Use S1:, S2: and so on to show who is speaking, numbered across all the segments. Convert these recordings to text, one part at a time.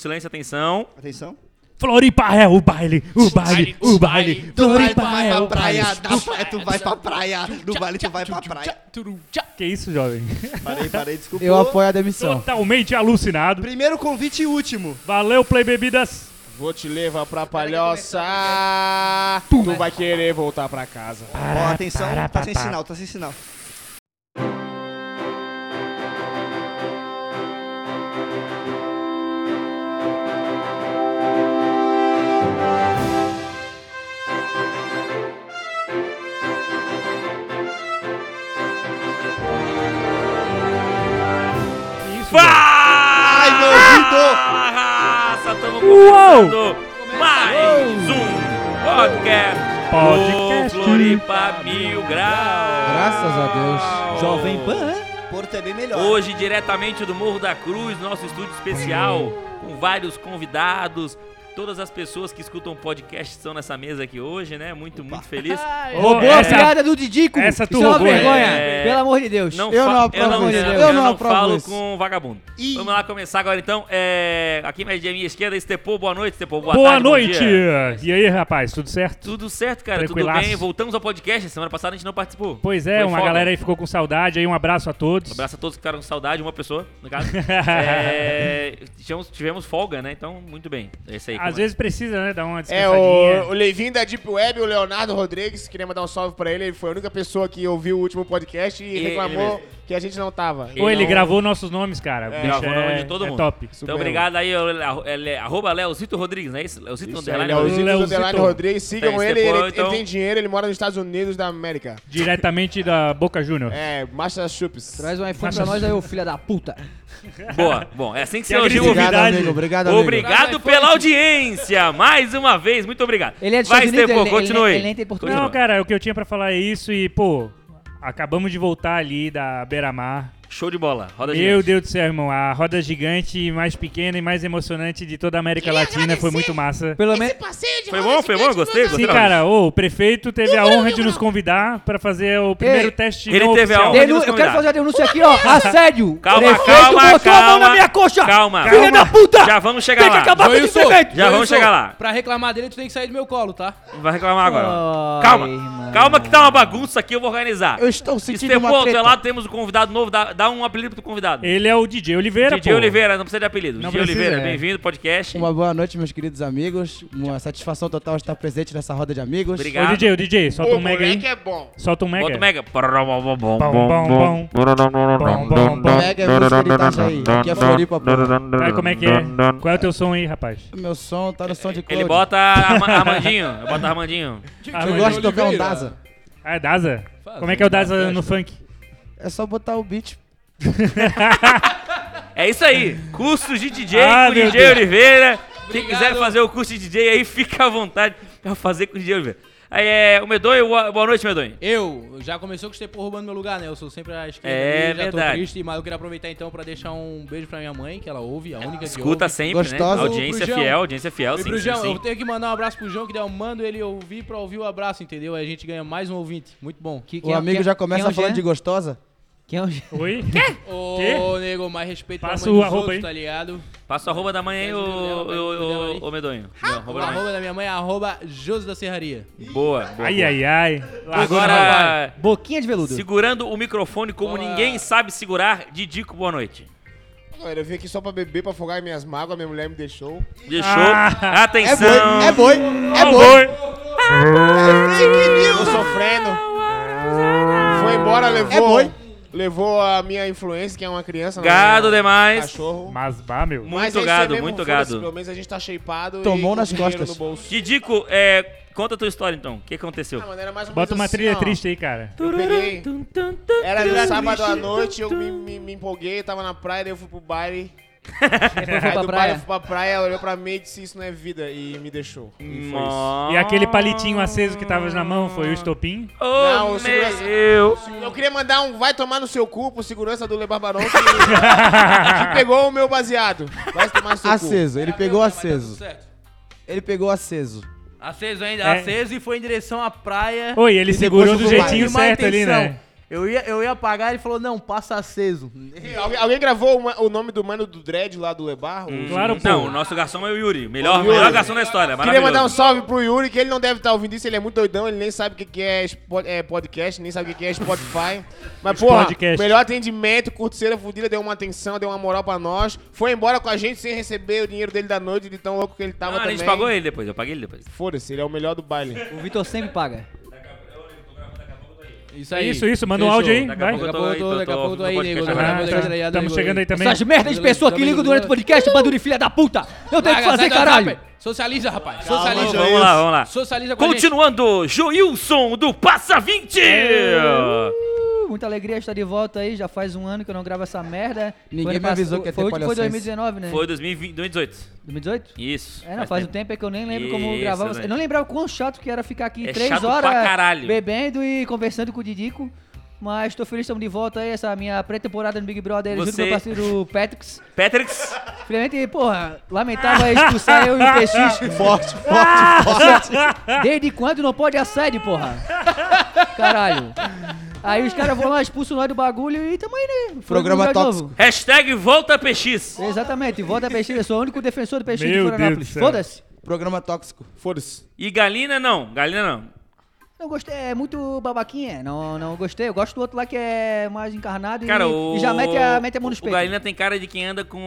S1: Silêncio, atenção.
S2: Atenção.
S3: Floripa é o baile, o baile, o baile.
S2: Tu vai,
S3: Floripa
S2: vai
S3: é
S2: pra
S3: o
S2: praia,
S3: baile.
S2: da praia, tu vai pra praia, do baile tu vai pra praia.
S3: Que isso, jovem?
S2: Parei, parei, desculpa.
S4: Eu apoio a demissão.
S3: Totalmente alucinado.
S2: Primeiro convite e último.
S3: Valeu, Play Bebidas.
S5: Vou te levar pra palhoça. Tu vai querer voltar pra casa.
S2: Ó, atenção, tá sem sinal, tá sem sinal. Ai, meu ouvido!
S1: Raça, tamo começando mais um podcast.
S3: Podcast.
S1: do Floripa Mil Grau.
S4: Graças a Deus.
S1: Jovem Pan.
S2: Porto é bem melhor.
S1: Hoje, diretamente do Morro da Cruz, nosso estúdio especial, com vários convidados. Todas as pessoas que escutam o podcast estão nessa mesa aqui hoje, né? Muito, muito feliz.
S3: Ô,
S4: Boa
S3: essa-
S4: piada do Didico.
S3: essa tu
S4: Isso é uma
S3: roubou, é.
S4: vergonha.
S1: É.
S4: Pelo amor de Deus. eu
S1: fa-
S4: não aprovo
S1: eu não,
S4: isso.
S1: eu
S4: Eu não
S1: não
S4: aprovo
S1: falo
S4: isso.
S1: com vagabundo.
S2: Ih.
S1: Vamos lá começar agora então. É... Aqui mais à minha esquerda, Estepô, boa noite, Estepô. Boa,
S3: Boa
S1: tarde, bom
S3: noite.
S1: dia.
S3: E aí, rapaz, tudo certo?
S1: Tudo certo, cara? Tudo
S3: Tranquilaço.
S1: bem? Voltamos ao podcast. Semana passada a gente não participou.
S3: Pois é,
S1: Foi
S3: uma
S1: folga.
S3: galera aí ficou com saudade. Aí um abraço a todos.
S1: Um abraço a todos que ficaram com saudade, uma pessoa, no caso. É, tivemos, tivemos folga, né? Então, muito bem. É isso aí.
S3: Às
S1: comando.
S3: vezes precisa, né? Dar uma
S5: É,
S3: descansadinha.
S5: o, o Leivinho da Deep Web, o Leonardo Rodrigues, queria mandar um salve pra ele. Ele foi a única pessoa que ouviu o último podcast e
S1: ele
S5: reclamou
S1: mesmo.
S5: que a gente não tava.
S3: Ou ele
S1: Não.
S3: gravou nossos nomes, cara. O bicho
S1: Gravou o nome
S3: é-
S1: de todo
S3: é
S1: mundo.
S3: top.
S1: Então, obrigado aí, ó, Le- arro- é, Le- arroba Leozito Rodrigues, não é isso? Leozito
S5: Isso,
S1: Underline
S5: ele é o
S1: Rodrigues.
S5: Zito
S3: Leozito.
S5: Underline Rodrigues. Sigam
S1: Tem,
S5: ele,
S1: você
S5: ele,
S1: pô, então-
S5: ele tem dinheiro, ele mora nos Estados Unidos da América.
S3: Diretamente da Boca Júnior.
S5: É, Massachusetts.
S4: Traz um iPhone
S3: Nossa.
S4: pra nós aí, ô filha da puta.
S1: Boa, bom, é assim que se
S3: Que
S1: elogia o
S3: agressivo.
S1: ouvido.
S3: Obrigado, Novidade.
S4: Obrigado, amigo. Obrigado, amigo.
S1: Obrigado pela audiência, mais uma vez, muito obrigado.
S4: Ele é dos
S1: Vai,
S4: Estados Unidos,
S1: Estepô,
S4: ele- ele-
S1: continue.
S4: ele é nem tem português.
S1: Continua.
S3: Não, cara, o que eu tinha pra falar é isso e, pô, acabamos de voltar ali da Beira-Mar.
S1: Show de bola, roda
S3: Meu
S1: gigante.
S3: Deus do céu, irmão, a roda gigante mais pequena e mais emocionante de toda a América Latina foi muito massa.
S4: Pelo menos.
S1: Foi bom, foi bom, gostei, gostei.
S3: Sim, cara, ô, o prefeito teve a honra de nos convidar pra fazer o primeiro
S4: Ei,
S3: teste
S1: ele
S3: não
S1: teve a
S3: oficial.
S1: honra.
S4: Denu- Eu quero fazer a denúncia aqui, ó. Assédio.
S1: Calma,
S4: Prefeito
S1: calma,
S4: botou a mão
S1: calma.
S4: na minha coxa.
S1: Calma.
S4: Filha
S1: Calma.
S4: da puta.
S1: Já vamos chegar
S4: Tem
S1: lá.
S4: que acabar com esse
S1: Joilson,
S4: prefeito.
S1: Já vamos
S6: Wilson,
S1: chegar lá.
S6: Pra reclamar dele, tu tem que sair do meu colo, tá?
S1: Vai reclamar agora.
S4: Ai,
S1: calma,
S4: mano.
S1: calma que tá uma bagunça aqui, eu vou organizar.
S4: Eu estou sentindo
S1: Estepô,
S4: uma
S1: ao teu
S4: treta.
S1: lado temos um convidado novo, dá, dá um apelido pro convidado.
S3: Ele é o DJ Oliveira,
S1: DJ
S3: pô.
S1: Oliveira, não precisa de apelido.
S3: Não
S1: DJ
S3: precisa,
S1: Oliveira,
S3: é.
S1: bem-vindo ao podcast.
S4: Uma boa noite, meus queridos amigos. Uma satisfação total estar presente nessa roda de amigos.
S3: Ô,
S1: Obrigado.
S3: DJ, ô, DJ, solta
S5: O
S3: um mega aí.
S5: moleque é bom.
S3: Solta um mega.
S1: Bota o mega.
S3: Bom, bom, bom. Bom, bom, bom.
S4: Pega a música de Itajaí. Aqui é Floripa, pô.
S3: Vai, como é que é? Qual é o teu som aí, rapaz?
S4: Meu som tá no som de
S1: Ele bota Arma- Armandinho. Bota Armandinho.
S3: Ah,
S4: Eu
S3: mano.
S4: gosto de tocar um
S6: Oliveira.
S4: Daza.
S3: Ah, é Daza?
S6: Faz
S3: Como é que é o
S6: uma
S3: Daza
S6: festa.
S3: no funk?
S4: É só botar o beat.
S1: É isso aí. Curso de DJ
S3: Ah,
S1: com
S3: meu
S1: DJ
S3: Deus.
S1: Oliveira. Quem
S6: Obrigado.
S1: quiser fazer o curso de DJ aí, fica à vontade pra fazer com o DJ Oliveira. Aí é o Medonho. Boa boa noite, Medonho.
S6: Eu, já começou com o Estepor roubando meu lugar, né? Eu sou sempre a esquerda,
S1: É
S6: dele, já
S1: verdade.
S6: tô triste, mas eu queria aproveitar então pra deixar um beijo pra minha mãe, que ela ouve, a única que
S1: Escuta
S6: ouve.
S1: sempre,
S4: Gostosa.
S1: né? Audiência
S6: Pro João.
S1: fiel, audiência fiel,
S6: E
S1: sim,
S6: pro
S1: sim,
S6: João, eu
S1: sim.
S6: tenho que mandar um abraço pro João, que daí eu mando ele ouvir pra ouvir o abraço, entendeu? Aí a gente ganha mais um ouvinte. Muito bom.
S4: O amigo já começa
S7: quem é o
S4: falando
S7: Jean?
S4: de gostosa.
S7: Quem é o Jean?
S3: Oi?
S6: Ô,
S3: Quê?
S6: nego, mais respeito
S3: Passa
S6: pra
S3: o
S6: mãe dos
S3: arroba
S6: outros,
S3: aí.
S6: tá ligado?
S1: Passa o arroba da manhã aí, ô
S6: Dez mil dela, dez mil dela
S1: ô-
S6: aí.
S1: ô- ô Medonho. Não, arroba
S6: O
S1: da manhã.
S6: arroba da minha mãe é arroba Josi da Serraria.
S1: Boa. boa,
S3: Ai,
S1: boa.
S3: ai, ai. Largou na roda.
S1: Agora,
S7: Boquinha de veludo.
S1: segurando o microfone como
S6: Olá.
S1: ninguém sabe segurar, Didico, boa noite.
S5: Olha, eu vim aqui só pra beber, pra afogar minhas mágoas, minha mulher me deixou.
S1: Deixou.
S3: Ah.
S4: É
S1: Atenção.
S4: boi, é boi, é
S3: Ô,
S4: boi.
S3: boi.
S5: Tô sofrendo. Foi embora,
S4: É
S5: levou.
S4: boi.
S5: levou a minha influência, que é uma criança. não é
S1: Gado
S5: um
S1: demais.
S5: Cachorro.
S3: Mas, bah, meu.
S1: Muito
S5: Mas é isso aí
S1: gado,
S5: mesmo,
S1: muito
S5: foda-se,
S1: gado.
S5: Pelo menos a gente tá shapeado
S4: Tomou
S5: e
S4: nas
S5: com dinheiro
S4: costas.
S5: no bolso.
S1: Didico, é, conta a tua história então. O que aconteceu?
S5: Ah, mano, era mais ou
S3: Bota
S5: menos
S3: uma
S5: assim,
S3: trilha
S5: ó.
S3: triste aí, cara.
S5: Eu peguei. Era no sábado à noite, eu me, me, me empolguei, tava na praia, daí eu fui pro baile.
S7: Depois foi
S5: Aí
S7: pra
S5: do baile eu
S7: praia.
S5: fui pra praia, ela olhou pra mim e disse isso não é vida e me deixou. E foi isso.
S1: Nossa.
S3: E aquele palitinho aceso que tava na mão foi o estopim.
S1: Oh,
S5: Não, o segurança-
S1: meu.
S5: Eu queria mandar um vai tomar no seu cu pro segurança do Le Barbaron que, que pegou o meu baseado. Vai tomar no seu cu.
S4: Aceso, ele pegou
S6: Mas tá tudo
S4: aceso.
S6: certo.
S4: Ele pegou aceso.
S6: Aceso ainda,
S3: É.
S6: aceso e foi em direção à praia.
S3: Oi, ele
S4: E
S3: segurou
S4: depois
S3: do
S4: foi pro
S3: jeitinho
S6: baile.
S3: certo ali, né?
S6: Eu ia, eu ia pagar, ele falou, não, passa aceso.
S5: Ih, Alguém, alguém gravou uma- o nome do mano do Dread lá do
S1: Hum.
S5: Hum. Lebar? O-
S3: Claro, pô.
S1: Não, o nosso garçom é o Yuri. Melhor,
S5: O Yuri.
S1: melhor garçom da história.
S5: Queria mandar um
S1: maravilhoso.
S5: salve pro Yuri, que ele não deve estar ouvindo isso, ele é muito doidão, ele nem sabe o que que é, spo- é podcast, nem sabe o que que é Spotify. Mas, porra,
S3: podcast.
S5: melhor atendimento, curticeira fudida, deu uma atenção, deu uma moral pra nós. Foi embora com a gente sem receber o dinheiro dele da noite, de tão louco que ele tava
S1: Não, Ah, a
S5: um também.
S1: gente pagou ele depois, eu paguei ele depois.
S5: Foda-se, ele é o melhor do baile.
S7: O Vitor sempre paga.
S6: Isso aí.
S3: Isso, isso, manda um áudio aí.
S1: Daqui a
S3: Vai.
S1: pouco
S6: Daqui
S1: eu
S6: a
S1: tô
S6: pouco eu
S1: aí,
S6: tô, daqui a
S1: tô-
S6: pouco eu
S1: tô
S6: tô aí,
S1: ouvindo
S6: nego.
S1: podcast agora.
S6: Daqui a pouco eu tô
S3: Ah,
S6: aí,
S3: tá.
S6: nego.
S3: Tamo chegando aí também.
S7: Essas merdas de
S6: Tamo-
S7: pessoa
S6: tamo
S7: que ligam
S6: indo
S7: durante o
S6: agora.
S7: podcast pra filha da puta. Eu tenho
S6: Vaga, sai
S7: que
S6: da
S7: fazer,
S6: frente,
S7: caralho.
S6: rapaz. Socializa, rapaz.
S1: Vamos,
S6: Socializa.
S1: vamos lá, vamos lá.
S6: Socializa com a gente.
S1: Continuando, Joilson do Passa 20!
S7: Uh, Muita alegria estar de volta aí. Já faz um ano que eu não gravo essa merda.
S4: Ninguém
S7: Foi
S4: me
S7: ano pass-
S4: avisou que ia
S7: foi,
S4: ter
S7: o último- Foi
S4: poliocense.
S7: 2019, né?
S1: Foi 2020, 2018.
S7: 2018?
S1: Isso.
S7: É, não, faz um tempo é que eu nem lembro como
S1: Isso,
S7: gravava.
S1: velho.
S7: Eu não lembrava o quão chato que era ficar aqui
S1: É chato
S7: três
S1: pra
S7: horas
S1: caralho.
S7: bebendo e conversando com o Didico. Mas tô feliz, estamos de volta aí, essa minha pré-temporada no Big Brother junto com
S1: Você-
S7: meu parceiro Patricks.
S1: Patricks,
S7: Finalmente, porra, lamentável expulsar eu e o Peixis.
S2: Forte,
S4: Ah!
S2: forte, forte.
S7: Desde quando não pode assédio, porra? Caralho. Aí os caras vão lá, expulsam nós do bagulho e tamo aí, né?
S4: Programa
S7: Foi de
S4: tóxico.
S7: novo.
S1: hashtag volta PX.
S7: Exatamente, volta a Peixes, eu sou o único defensor do Peixes de
S3: Meu Deus
S7: Florianópolis.
S3: do céu.
S7: Foda-se.
S4: Programa tóxico.
S5: Foda-se.
S1: E Galina não, Galina não.
S7: Não gostei, é muito babaquinha. Não, não gostei. Eu gosto do outro lá que é mais encarnado e-
S1: Cara,
S7: e,
S1: o.
S7: já mete a, mete a mão no
S1: o tá
S7: espelho.
S1: Galina tem cara de quem anda com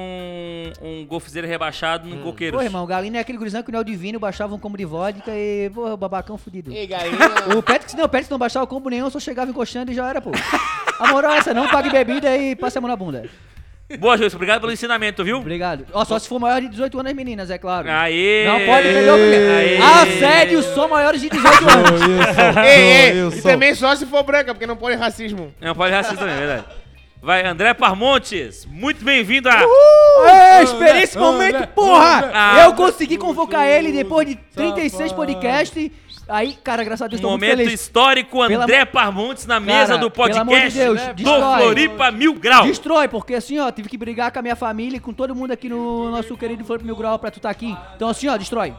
S1: um golfezeiro rebaixado no coqueiro.
S7: Pô, irmão, o Galina é aquele gurizão que não é o divino, baixava um combo de vodka e, porra, o babacão fudido.
S5: Ei, galera.
S7: O Petrix não, o Petrix não baixava o combo nenhum, só chegava encostando e já era, pô. A moral é essa, não pague bebida e passe a mão na bunda.
S1: Boa, Joilson, obrigado pelo ensinamento, viu?
S7: Obrigado. Ó, só se for maior de 18 anos as meninas, é claro.
S1: Aê!
S7: Não pode pegar o
S1: Aê!
S7: primeiro. Assédio só maiores de 18 anos.
S5: ei, ei,
S2: Eu
S5: e
S2: sou-
S5: também só se for branca, porque não pode racismo.
S1: Não, pode racismo também, é verdade. Vai, André Parmontes, muito bem-vindo a.
S7: Ei, espera esse momento, porra!
S1: André.
S7: Eu consegui convocar ele depois de 36 podcasts. Aí, cara, graças a Deus, tô muito
S1: Um Momento
S7: feliz.
S1: histórico,
S7: Pela-
S1: André Parmontes na
S7: Cara,
S1: mesa do
S7: pelo amor de
S1: podcast
S7: Deus,
S1: do
S7: destrói.
S1: Floripa Mil Grau.
S7: Destrói, porque assim, ó, tive que brigar com a minha família e com todo mundo aqui no nosso querido Floripa Mil Grau pra tu tá aqui. Então assim, ó, destrói.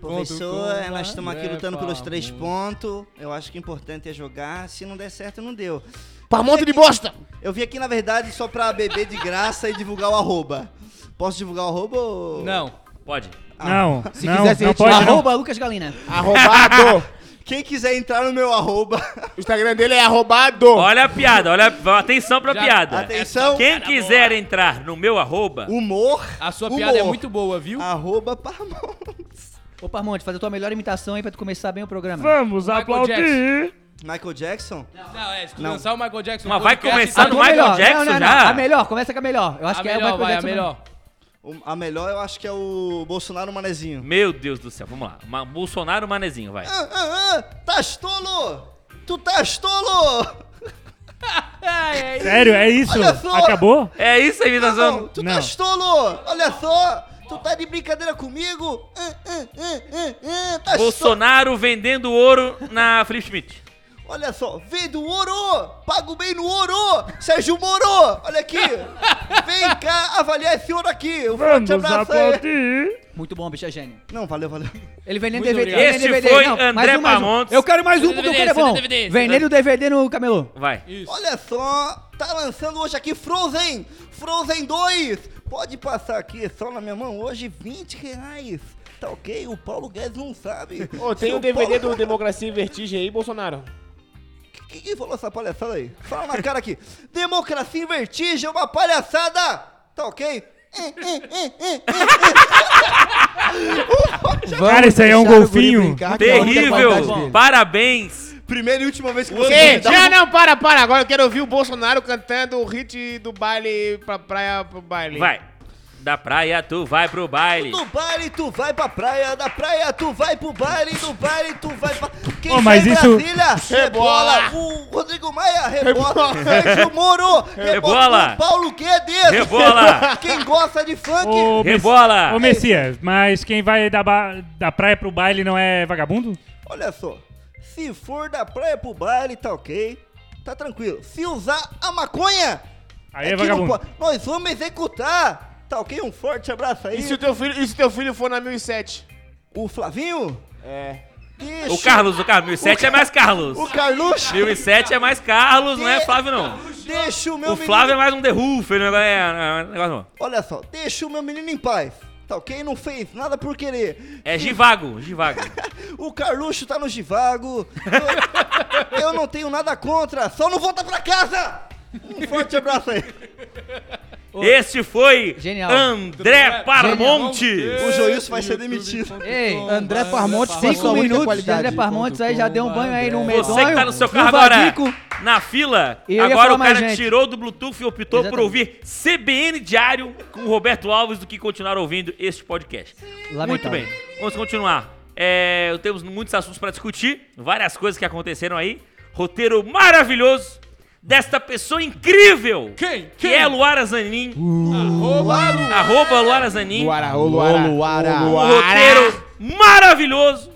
S2: Professor, é, nós estamos aqui lutando pelos três pontos. Eu acho que o importante é jogar. Se não der certo, não deu.
S5: Parmonte de bosta!
S2: Eu vim aqui, na verdade, só pra beber de graça e divulgar o arroba. Posso divulgar o arroba? ou-
S6: Não.
S1: Pode.
S3: Não,
S4: Se
S3: não,
S4: quisesse
S3: não
S4: retirar-
S3: pode não.
S7: Arroba Lucas Galina.
S5: Arrombado!
S2: Quem quiser entrar no meu arroba,
S5: O Instagram dele é arrobado!
S1: Olha a piada, olha a- atenção pra
S6: Já-
S2: É.
S1: piada.
S2: atenção,
S1: Quem quiser entrar no meu arroba,
S2: humor,
S6: A sua
S2: humor,
S6: piada é muito boa, viu?
S2: arroba Parmontes.
S7: Ô, Parmonte, faz a tua melhor imitação aí pra tu começar bem o programa.
S3: Vamos
S6: Jackson.
S3: aplaudir.
S2: Michael Jackson?
S6: Não, é, se tu
S2: Não.
S6: lançar o Michael Jackson...
S1: Mas
S6: no
S1: vai
S6: podcast,
S1: começar
S6: tá
S1: do
S6: no-
S1: Michael Jackson
S7: é não, não, não.
S1: já?
S7: A melhor, começa com a melhor. Eu acho
S6: A
S7: que é o
S6: melhor,
S7: Michael
S6: vai, a
S7: Jackson. mesmo.
S6: melhor.
S2: O- a melhor eu acho que é o Bolsonaro Manezinho.
S1: meu Deus do céu, vamos lá. Ma- Bolsonaro Manezinho, vai.
S2: Ah, ah, ah, tá estolo! Tu tá estolo!
S3: Sério, é isso?
S2: Olha só.
S3: Acabou?
S1: É isso aí,
S2: Não,
S1: imitação.
S2: tu
S3: Não.
S2: tá estolo! Olha só! Tu tá de brincadeira comigo? Ah, ah, ah, ah, ah, tá estolo!
S1: Bolsonaro vendendo ouro na Flip Schmidt.
S2: Olha só, vem do Ouro! Pago bem no Ouro! Sérgio Moro! Olha aqui! Vem cá avaliar esse ouro aqui! Um forte
S3: Vamos
S2: abraço aí!
S3: aplaudir.
S7: Muito bom, bicho, é gênio.
S2: Não, valeu, valeu.
S7: Ele vendendo
S6: Muito
S7: DVD.
S1: obrigado.
S7: vendendo
S1: Esse
S7: DVD.
S1: foi
S7: não,
S1: André
S7: mais um, mais um.
S1: Pamontes.
S7: Eu quero mais um porque o
S6: DVD,
S7: cara é bom.
S6: DVD.
S7: Vendendo DVD no camelô.
S1: Vai.
S6: Isso.
S2: Olha só, tá lançando hoje aqui Frozen! Frozen 2! Pode passar aqui só na minha mão hoje, 20 reais! Tá ok? O Paulo Guedes não sabe.
S5: Ô, tem um
S2: Se
S5: o DVD do
S2: Paulo-
S5: Democracia em Vertigem aí, Bolsonaro.
S2: Quem que falou essa palhaçada aí? Fala na cara aqui. Democracia em vertigem é uma palhaçada! Tá ok?
S3: Cara, isso aí é um
S4: Deixar o guri
S3: golfinho.
S4: brincar, que é a única qualidade
S1: Terrível.
S4: dele.
S1: Parabéns.
S2: Primeira e última vez que
S5: Ei,
S2: convidar
S5: já
S2: um-
S5: não, para, para. Agora eu quero ouvir o Bolsonaro cantando o hit do baile pra praia pro baile.
S1: Vai. Da praia, tu vai pro baile.
S2: Do baile tu vai pra praia, da praia tu vai pro baile, do baile tu vai pra. Quem
S3: Ô, mas
S2: sai
S3: isso-
S2: Brasília, rebola. O Rodrigo Maia rebola. Sérgio Moro
S1: Rebola.
S2: O Paulo Guedes
S1: Rebola.
S2: Quem gosta de funk.
S3: Ô, Messi-
S1: Rebola.
S3: Ô, Messias, mas quem vai da, ba- da praia pro baile não é vagabundo?
S2: Olha só, se for da praia pro baile tá ok, tá tranquilo. Se usar a maconha,
S3: Aí é
S2: que não
S3: vagabundo.
S2: pode. Nós vamos executar. Tá ok? Um forte abraço aí.
S5: E se o teu filho, e se teu filho for na 1007?
S2: O Flavinho?
S5: É.
S2: Deixa.
S1: O Carlos, o Carlos, 1007 é mais Carlos.
S2: O Carluxo.
S1: 1007 é mais Carlos, não é Flávio não.
S2: Deixa o meu
S1: O
S2: menino-
S1: Flávio é mais um The Roof, ele não é, é, é negócio não.
S2: Olha só, deixa o meu menino em paz. Tá ok? Não fez nada por querer.
S1: É Givago, Givago.
S2: O Carluxo tá no Givago. Eu, eu não tenho nada contra, só não volta pra casa! Um forte abraço aí.
S1: Este foi
S7: Genial.
S1: André Parmonte.
S2: O Joilson vai ser demitido.
S7: Ei,
S4: André Parmontes com a sua
S7: cinco
S4: única
S7: minutos de
S4: qualidade.
S7: André Parmontes aí já deu um banho aí no medonho.
S1: Você que tá no seu é.
S7: no
S1: carro agora
S7: Vadico.
S1: na fila,
S7: Eu ia
S1: agora
S7: falar
S1: o cara
S7: mais, gente.
S1: tirou do Bluetooth e optou por
S7: Exatamente.
S1: ouvir CBN Diário com o Roberto Alves do que continuar ouvindo este podcast. Muito
S7: Lamentável.
S1: bem, vamos continuar. É, temos muitos assuntos para discutir, várias coisas que aconteceram aí. Roteiro maravilhoso desta pessoa incrível
S6: Quem?
S1: que é Luara Zanin.
S7: Uh,
S1: Arroba Luara Zanin.
S5: Luara, ô, Luara.
S4: Luara.
S5: Ô,
S1: Um roteiro maravilhoso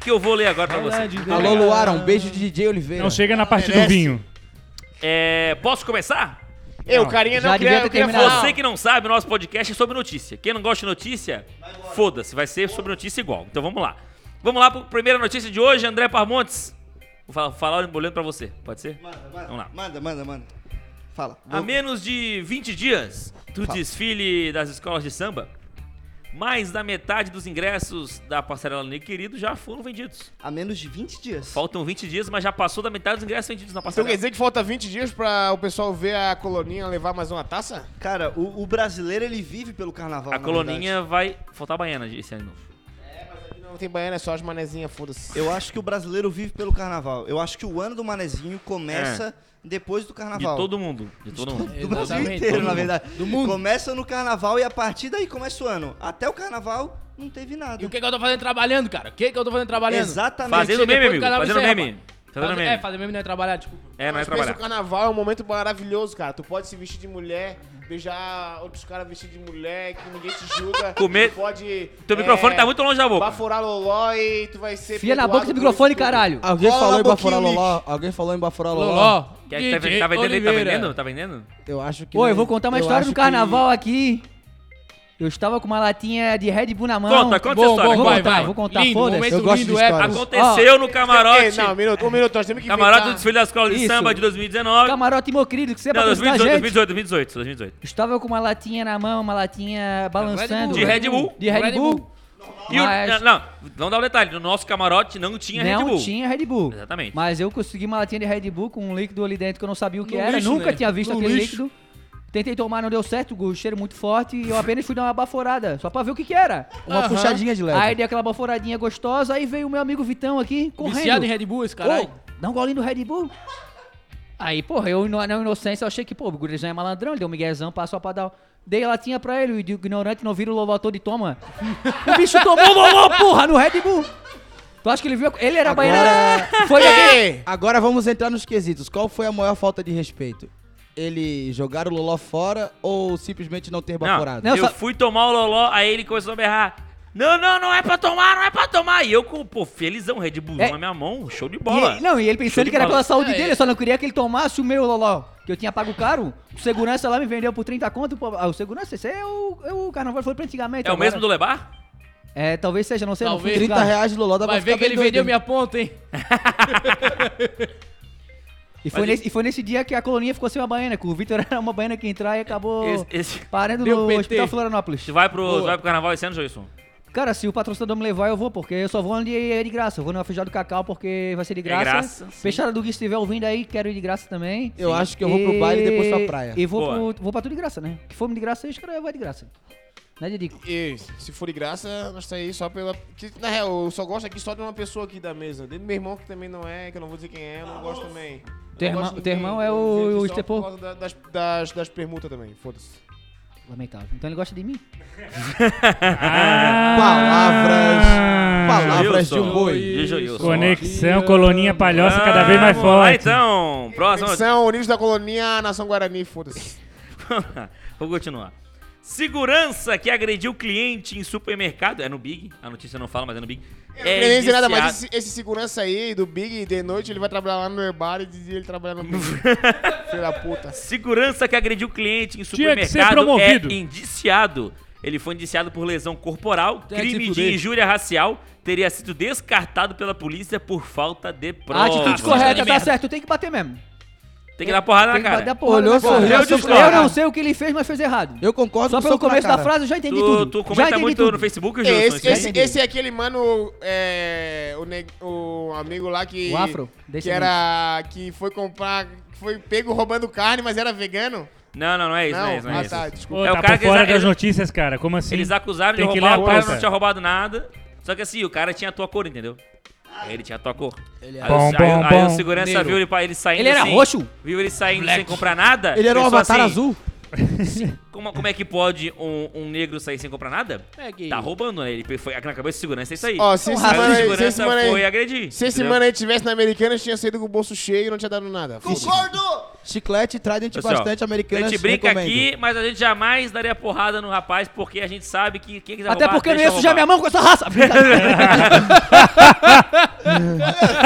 S1: que eu vou ler agora pra você.
S6: Grande
S4: Alô, Luara, um beijo de DJ Oliveira.
S3: Não chega na parte do
S5: merece.
S3: vinho.
S1: É, posso começar?
S5: Eu, o carinha
S7: Já
S5: não queria,
S7: devia ter
S5: eu queria
S7: terminado.
S5: falar.
S1: Você que não sabe, o nosso podcast é sobre notícia. Quem não gosta de notícia, foda-se, vai ser sobre notícia igual. Então vamos lá. Vamos lá para primeira notícia de hoje, André Parmontes. Vou fa- falar olhando pra você, pode ser? Vamos lá.
S2: Manda, manda, manda. Fala.
S1: A menos de 20 dias do desfile das escolas de samba, mais da metade dos ingressos da Passarela Negro Querido já foram vendidos.
S2: A menos de 20 dias.
S1: Faltam 20 dias, mas já passou da metade dos ingressos vendidos na
S5: Então
S1: Passarela.
S5: quer dizer que falta 20 dias pra o pessoal ver a coloninha levar mais uma taça?
S2: Cara, o, o brasileiro ele vive pelo carnaval.
S1: A
S2: na
S1: coloninha vai faltar baiana esse ano novo.
S5: Não tem banheiro, é só as manezinhas, foda-se.
S2: verdade. Eu acho que o brasileiro vive pelo carnaval. Eu acho que o ano do manezinho começa depois do
S1: É.
S5: Tá
S1: De
S2: carnaval.
S1: todo mundo. De todo mundo.
S2: do Brasil
S6: Exatamente,
S2: inteiro,
S6: todo
S2: na
S6: mundo.
S2: verdade.
S6: Do mundo.
S2: Começa no carnaval e a partir daí começa o ano. Até o carnaval não teve nada.
S6: E o que, tá que eu tô fazendo trabalhando, cara? O que, que eu tô fazendo trabalhando?
S2: Exatamente.
S1: Fazendo
S6: Depois
S1: meme,
S6: que o
S1: amigo.
S6: canal
S1: Fazendo
S6: encerra,
S1: meme.
S6: mano.
S1: Fazendo
S6: Fazer- É,
S1: meme.
S6: fazer meme não é trabalhar, desculpa.
S1: É, não é
S5: Mas pensa,
S1: trabalhar.
S5: o carnaval é um momento maravilhoso, cara. Tu pode se vestir de mulher, beijar outros caras vestidos de mulher, que ninguém te julga.
S1: Comer-
S5: Tu pode. é,
S1: Teu microfone tá muito longe da boca.
S5: Baforar loló e tu vai ser.
S7: Fia na
S5: perdoado
S7: boca do
S5: por
S7: microfone,
S5: isso tudo.
S7: caralho.
S4: Alguém
S5: Cola
S4: falou em
S5: um pouquinho,
S4: Baforá
S5: Nick.
S4: Loló? Alguém falou em Baforá Loló?
S6: Loló.
S1: Quer- Tá,
S6: DJ
S1: tá vendendo? Tá
S6: Oliveira.
S1: vendendo? Tá vendendo?
S4: Eu acho que.
S1: né?
S7: Pô, eu vou contar uma
S4: eu
S7: história
S4: acho
S7: do
S4: que-
S7: carnaval aqui. Eu estava com uma latinha de Red Bull na mão.
S1: Conta, conta essa
S6: Bom,
S1: história.
S6: bom,
S7: Vou
S1: conta.
S6: vai,
S7: contar,
S6: vai.
S7: vou contar,
S6: Lindo,
S7: foda-se.
S6: momento
S4: Eu gosto
S6: lindo,
S4: de
S6: épico.
S4: história.
S1: Aconteceu no
S7: é,
S5: Ei,
S1: camarote.
S5: não, um minuto, um minuto, nós temos que
S1: Camarote do
S5: inventar.
S1: desfile da escola de
S7: Isso.
S1: samba de 2019.
S7: Camarote meu querido, que você é
S1: Não,
S7: patrocinar
S1: 2018,
S7: gente.
S1: 2018, 2018, 2018.
S7: Estava com uma latinha na mão, uma latinha balançando.
S1: é De Red Bull.
S7: De Red
S6: Red
S7: Bull.
S6: Bull.
S1: E o,
S7: Mas-
S1: não, não, vamos dar um detalhe. No nosso camarote não tinha Red
S7: não
S1: Bull.
S7: tinha Red Bull.
S1: Exatamente.
S7: Mas eu consegui uma latinha de Red Bull com um líquido ali dentro que eu não sabia o que
S6: No
S7: era.
S6: lixo,
S7: Nunca
S6: né?
S7: tinha visto
S6: No
S7: aquele
S6: lixo.
S7: líquido. Tentei tomar, não deu certo, o cheiro muito forte. E eu apenas fui dar uma baforada, só pra ver o que que era.
S4: Uma
S6: Aham.
S4: puxadinha de leve.
S7: Aí dei aquela baforadinha gostosa, aí veio o meu amigo Vitão aqui, correndo.
S6: Viciado em Red Bull, esse caralho.
S7: Ô, dá um golinho do Red Bull. Aí, porra, eu na na inocência eu achei que, pô, o gurizão é malandrão, ele deu um miguezão, passou pra dar. Dei a latinha pra ele, o ignorante não vira o loló todo e toma. O bicho tomou o loló, porra, no Red Bull. Tu acha que ele viu? a- Ele era
S4: Agora-
S1: é.
S7: baiano. Foi aquele.
S4: Agora vamos entrar nos quesitos. Qual foi a maior falta de respeito? Ele jogar o Loló fora ou simplesmente não ter
S1: Não,
S4: baforado?
S7: Não,
S1: eu
S7: só-
S1: fui tomar o Loló, aí ele começou a berrar. Não, não, não é pra tomar, não é pra tomar. E eu, com, pô, felizão, Red Bull
S7: É.
S1: na minha mão, show de
S7: E
S1: bola. É
S7: ele- não, e ele
S1: Show
S7: pensando
S1: de
S7: que era
S1: bola.
S7: pela saúde
S6: É,
S7: dele,
S6: é.
S7: eu só não queria que ele tomasse o meu loló, que eu tinha pago caro. O segurança lá me vendeu por 30 conto. Pô, ah, o segurança, esse é o, é o carnaval foi pra
S1: é
S7: antigamente.
S1: o
S7: então, agora-
S1: mesmo do Lebar?
S7: É, talvez seja, não sei. não fui
S6: Talvez.
S4: 30
S7: buscar.
S4: reais de Loló dá
S6: Vai
S4: pra ficar
S6: ver que
S4: bem
S6: ele
S4: doido,
S6: vendeu
S4: hein?
S6: minha ponta, hein?
S7: E foi,
S1: Mas
S7: nesse, e foi nesse dia que a colonia ficou sem uma baiana, que o Vitor era uma baiana que entrar e acabou
S1: Esse, esse-
S7: parando
S6: Deu
S7: no
S6: PT.
S7: Hospital Florianópolis.
S1: Você vai pro, você vai pro carnaval esse ano, Joilson?
S7: Cara, se o patrocinador me levar, eu vou, porque eu só vou onde é de graça. Eu vou na Feijoada do Cacau, porque vai ser de graça.
S1: É graça, sim.
S7: Fechada do Gui, se estiver ouvindo aí, quero ir de graça também.
S4: Eu acho que eu vou pro baile e depois pra praia.
S7: E vou,
S1: Boa.
S7: pro, vou pra tudo de graça, né? Que for de graça, aí os caras vão de graça. Né, Didico?
S5: E se for de graça, nós tá aí só pela. que, na real, eu só gosto aqui só de uma pessoa aqui da mesa. Dentro do meu irmão, que também não é, que eu não vou dizer quem é, eu não gosto também. Não
S7: Teu irmão-
S5: gosto de
S7: teu irmão é
S5: eu
S7: o-
S5: vim aqui
S7: o
S5: só
S7: Estepô?
S5: por causa da- Das, das, das permutas também, foda-se.
S7: Lamentável. Então ele gosta de mim.
S4: Palavras.
S3: Ah.
S4: Palavras de
S1: Wilson.
S4: um boi.
S1: E Joilson?
S3: Conexão, coloninha palhoça cada vez mais
S1: Ah, Vamos lá,
S3: forte.
S1: então, próximo.
S5: São Unidos da Colônia, Nação Guarani, foda-se.
S1: É Vou continuar. Segurança que agrediu cliente em supermercado. É no Big. A notícia não fala, mas é no Big. É
S5: nem dizer nada, mas
S1: indiciado-
S5: esse, esse segurança aí do Big de noite, ele vai trabalhar lá no Herbário e de dia ele trabalha no Big. Filho da puta.
S1: Segurança que agrediu cliente em
S3: Tinha que ser
S1: supermercado é
S3: promovido.
S1: indiciado Ele foi indiciado por lesão corporal,
S6: Tem que se
S1: crime de
S6: fuder.
S1: injúria racial, teria sido descartado pela polícia por falta de
S7: A
S1: provas.
S7: atitude correta, tá certo. Tem que bater mesmo.
S1: Tem que dar porrada
S7: Tem
S1: na
S7: que bater a
S1: cara.
S7: porra.
S4: Olhou,
S7: na cara.
S4: sorriu,
S7: eu,
S4: sorriu.
S7: discordo. Eu não sei o que ele fez, mas fez errado.
S4: Eu concordo com o
S7: Só pelo
S4: soco na
S7: começo da
S4: cara.
S7: frase eu já entendi
S1: Tu,
S7: tudo.
S1: tu
S7: já
S1: comenta
S7: entendi
S1: muito
S7: tudo.
S1: no Facebook, Gilson.
S5: É, Esse,
S1: isso aí?
S5: esse, esse é aquele mano, é, o, neg- o amigo lá que.
S7: O afro?
S5: Que
S7: Descendente.
S5: era. Que foi comprar. Foi pego roubando carne, mas era vegano?
S1: Não, não, não é isso, não, é
S5: não,
S1: isso. Não é
S5: ah
S1: isso.
S5: tá, desculpa.
S3: Pô,
S1: É, o
S3: tá
S1: cara
S3: por
S1: que
S3: fora
S1: eles-
S3: das notícias, cara. Como assim?
S1: Eles acusaram de
S3: Tem que
S1: roubar,
S3: ler a
S1: o cara
S3: pauta.
S1: não tinha roubado nada. Só que assim, o cara tinha a tua cor, entendeu? Aí Ele tinha a tua cor. Aí, o-
S3: Bom,
S1: aí, o-
S3: bom,
S1: aí o
S3: bom.
S1: segurança
S6: Negro.
S1: viu ele, pa- ele saindo
S7: Ele era
S1: assim,
S7: roxo?
S1: Viu ele saindo sem comprar nada.
S4: Ele era um
S7: tá
S1: pensou
S4: avatar
S1: assim,
S4: azul.
S1: Como, como é que pode um, um negro sair sem comprar nada?
S6: É que-
S1: Tá roubando, né? Ele pe- foi na cabeça de segurança, é isso aí.
S5: Ó, se esse
S1: Aí
S5: mano
S1: o
S5: aí- se esse
S1: segurança
S5: mano
S1: foi
S5: aí.
S1: agredir.
S5: Se esse
S1: entendeu?
S5: mano aí tivesse na Americanas, tinha saído com o bolso cheio e não tinha dado nada.
S2: Concordo!
S4: Chiclete, Trident
S1: Assim, ó,
S4: bastante
S1: A
S4: americana.
S1: gente brinca aqui, mas a gente jamais daria porrada no rapaz, porque a gente sabe que quem quiser
S7: Até
S1: roubar,
S7: porque eu não
S1: deixa
S7: ia sujar
S1: roubar.
S7: minha mão com essa raça. Brincadeira.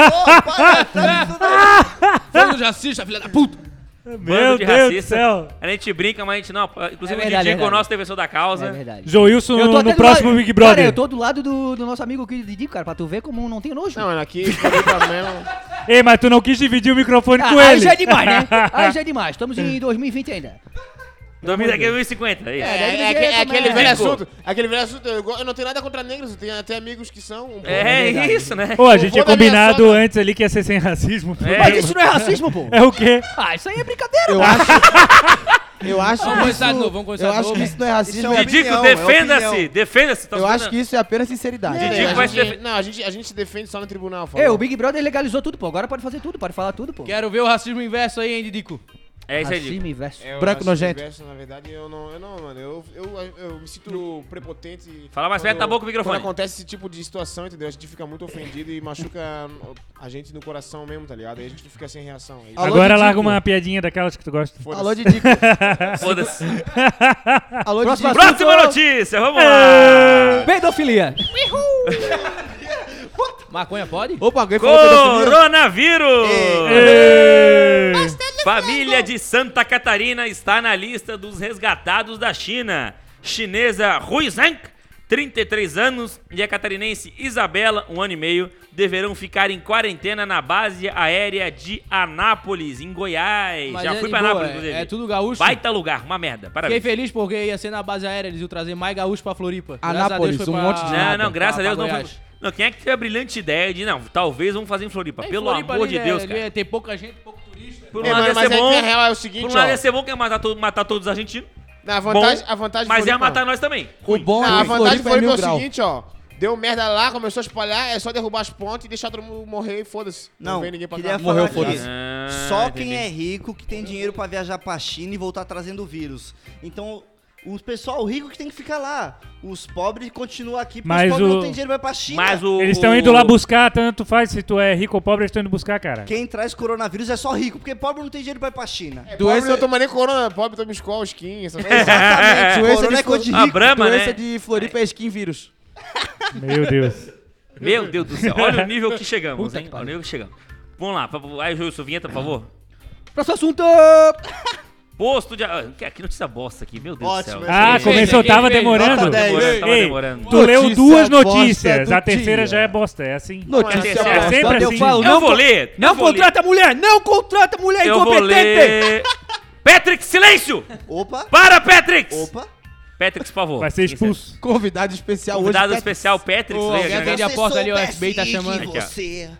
S2: Ô, palhaçada isso daí.
S6: Falando de racista, filha da puta.
S3: Meu
S1: Bando de
S3: Deus do
S1: racista.
S3: céu.
S1: A gente brinca, mas a gente não. Inclusive,
S7: É verdade,
S1: o Didi,
S7: é
S1: que é o
S7: verdade.
S1: nosso defensor da causa.
S7: É verdade.
S3: Joilson
S7: Eu tô
S3: no,
S7: até
S3: no
S7: do
S3: próximo
S7: lado-
S3: Big
S7: Cara, eu
S3: Brother.
S7: tô do lado do, do nosso amigo aqui, Didi, cara, pra tu ver como não tem nojo.
S5: Não, mano, aqui foi pra mesmo.
S3: Ei, mas tu não quis dividir o microfone
S7: Ah,
S3: com
S7: aí
S3: ele. Hum.
S7: já é demais, né? Aí já é demais. Estamos em 2020 ainda.
S1: 2050, é isso.
S5: É, é
S7: É, daí não
S5: aque-
S7: jeito,
S5: é aquele
S7: né?
S5: velho
S1: Ficou.
S5: assunto. Aquele velho assunto. Eu, go- eu não tenho nada contra negros, eu tenho até amigos que são. um pouco.
S1: É, isso, né?
S3: Pô, a gente
S5: vou
S3: tinha
S5: na minha
S3: combinado
S5: sogra.
S3: antes ali que ia ser sem racismo.
S1: É.
S7: Mas isso não é racismo, pô.
S3: É o quê?
S7: Ah, isso aí é brincadeira,
S4: Eu
S7: pô.
S4: acho. Eu acho
S6: Vamos
S4: que
S6: começar de
S4: isso-
S6: novo, vamos começar
S4: Eu
S6: de
S4: acho
S6: novo.
S4: que isso não é racismo.
S2: Isso é
S1: Didico,
S2: opinião, é
S1: defenda-se,
S2: opinião.
S1: defenda-se. tá
S4: Eu acho que
S1: escutando?
S4: isso é apenas sinceridade.
S5: É,
S1: Didico
S5: a
S1: vai se
S5: gente,
S1: defen-
S5: não, a gente, a gente defende só no tribunal.
S7: Ei,
S5: fala.
S7: o Big Brother legalizou tudo, pô. Agora pode fazer tudo, pode falar tudo, pô.
S6: Quero ver o racismo inverso aí, hein, Didico?
S1: É isso aí, Didico.
S7: Racismo inverso.
S5: É, eu
S4: Branco
S5: acho
S4: nojento.
S5: que verso, na verdade, eu não, eu não mano. Eu, eu, eu me sinto prepotente.
S1: Fala mais
S5: quando-
S1: perto da boca do microfone.
S5: Quando acontece esse tipo de situação, entendeu? A gente fica muito ofendido e machuca a gente no coração mesmo, tá ligado? Aí a gente fica sem reação. Aí,
S4: Alô,
S3: Agora
S4: Didico.
S3: larga uma piadinha daquelas que tu gosta.
S5: foda-se.
S4: Alô, Didico.
S1: Foda-se.
S4: Alô,
S7: Próximo
S4: Didico.
S7: assunto.
S1: Próxima notícia, vamos lá.
S7: Pedofilia.
S6: Maconha pode?
S4: Opa, alguém falou pedofilia?
S1: Coronavírus! É.
S3: Ei.
S6: Tá
S1: Família de Santa Catarina está na lista dos resgatados da China. Chinesa Hui Zhang, 33 anos, e a catarinense Isabela, um ano e meio, deverão ficar em quarentena na base aérea de Anápolis, em Goiás.
S6: Mas
S1: Já
S6: é
S1: fui
S6: de
S1: pra
S6: boa,
S1: Anápolis,
S6: é-
S1: inclusive.
S6: é tudo gaúcho.
S1: Baita lugar, uma merda.
S6: Fiquei
S1: Parabéns.
S6: feliz porque ia ser na base aérea, eles iam trazer mais gaúcho pra Floripa.
S4: Anápolis, um monte
S1: Não,
S4: de nada.
S1: não, graças a Deus
S6: Pra- pra
S1: não foi.
S6: Ah, tá, Goiás.
S1: Não, quem é que teve a brilhante ideia de, não, talvez vamos fazer em Floripa? Pelo amor
S6: né?
S1: de Deus, cara.
S6: Tem pouca gente, pouco turista.
S1: Por um
S5: É,
S1: lado
S5: mano,
S1: ia
S5: mas
S1: ser
S5: é,
S1: bom.
S5: que na real é o
S1: Por
S5: seguinte,
S1: um lado ia
S5: ó.
S1: ser bom que ia matar, todo- matar todos os argentinos.
S5: Na vantagem,
S1: bom,
S5: é a vantagem então,
S1: Mas ia
S5: Floripa-
S1: matar nós também.
S4: O
S1: Ruim.
S4: bom
S5: Não,
S4: é
S5: a
S4: que
S5: vantagem
S4: Floripa
S5: Ah,
S4: é
S5: foi
S4: mil
S5: o
S4: grau.
S5: seguinte, ó. Deu merda lá, começou a espalhar, é só derrubar as pontes e deixar todo mundo morrer e foda-se.
S2: Não,
S5: vem ninguém pra
S2: queria
S5: cá.
S2: falar Morreu, aqui. foda-se.
S1: Ah,
S2: Só quem é
S1: entendi.
S2: rico que tem dinheiro pra viajar pra China e voltar trazendo o vírus. Então, o pessoal rico que tem que ficar lá. Os pobres continuam aqui porque os
S3: Mas
S2: pobres
S3: o-
S2: não têm dinheiro pra ir pra China.
S1: Mas o.
S3: Eles estão indo lá buscar, tanto faz se tu é rico ou pobre, eles estão indo buscar, cara.
S2: Quem traz coronavírus é só rico, porque pobre não tem dinheiro pra ir pra China.
S5: É,
S4: Doença-
S5: Pobre não toma nem corona, pobre toma escola, skin, essas coisas.
S4: Doença
S2: Corona
S4: de
S2: é coisa de
S4: Floripa-
S1: rico. A Brahma,
S4: Doença
S1: né?
S4: de Floripa é skin vírus.
S3: Meu Deus.
S1: Meu Deus do céu. Olha o nível que chegamos, hein? Olha o nível que chegamos. Vamos lá. papo- Aí, Júlio, vinheta, por favor.
S7: Próximo assunto.
S1: Posto de. ah, que- Que notícia bosta aqui, meu Deus
S2: Ótimo,
S1: do céu.
S3: Ah,
S6: Quem
S3: começou,
S6: fez? Quem
S3: tava
S6: fez?
S3: demorando.
S2: Nota dez.
S1: Demorando, tava
S3: Ei,
S1: demorando.
S3: Tu leu
S4: Notícia
S3: duas
S4: bosta
S3: notícias,
S4: do
S3: a terceira
S4: dia.
S3: já é bosta, é assim.
S1: É
S4: Notícia.
S1: sempre
S4: bosta.
S3: assim.
S4: Eu falo-
S1: Eu vou ler.
S7: Não
S1: eu vou ler,
S7: contrata mulher! Não contrata mulher
S1: Eu vou
S7: incompetente!
S1: ler. Patrick, silêncio!
S2: Opa,
S1: Para, Patrick!
S2: opa.
S1: Patrick, por favor.
S3: Vai ser expulso.
S4: Convidado
S6: Tá,
S4: especial hoje.
S1: Convidado
S4: Pet-
S1: especial, Patrick. leia,
S6: alguém
S1: cara.
S6: vende a
S2: Se
S6: porta ali, o
S2: soubesse
S6: FBI tá
S2: que
S6: chamando.
S1: Aqui, ó.
S2: é Você...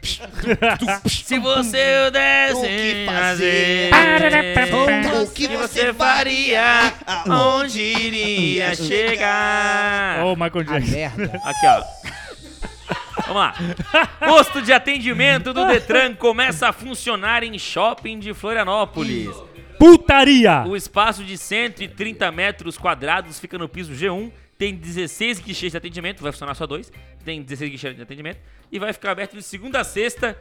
S1: Se você pudesse
S2: O que fazer?
S1: fazer,
S2: O que você faria?
S1: Onde iria chegar?
S3: Ô, Michael Jackson.
S1: Aqui, ó. Vamos lá. Posto de atendimento do Detran começa a funcionar em shopping de Florianópolis.
S3: Putaria!
S6: Ah.
S1: O espaço de 130 metros quadrados fica no piso G1. Tem 16 guichês de atendimento, vai funcionar só dois. Tem 16 guichês de atendimento. E vai ficar aberto de segunda a sexta,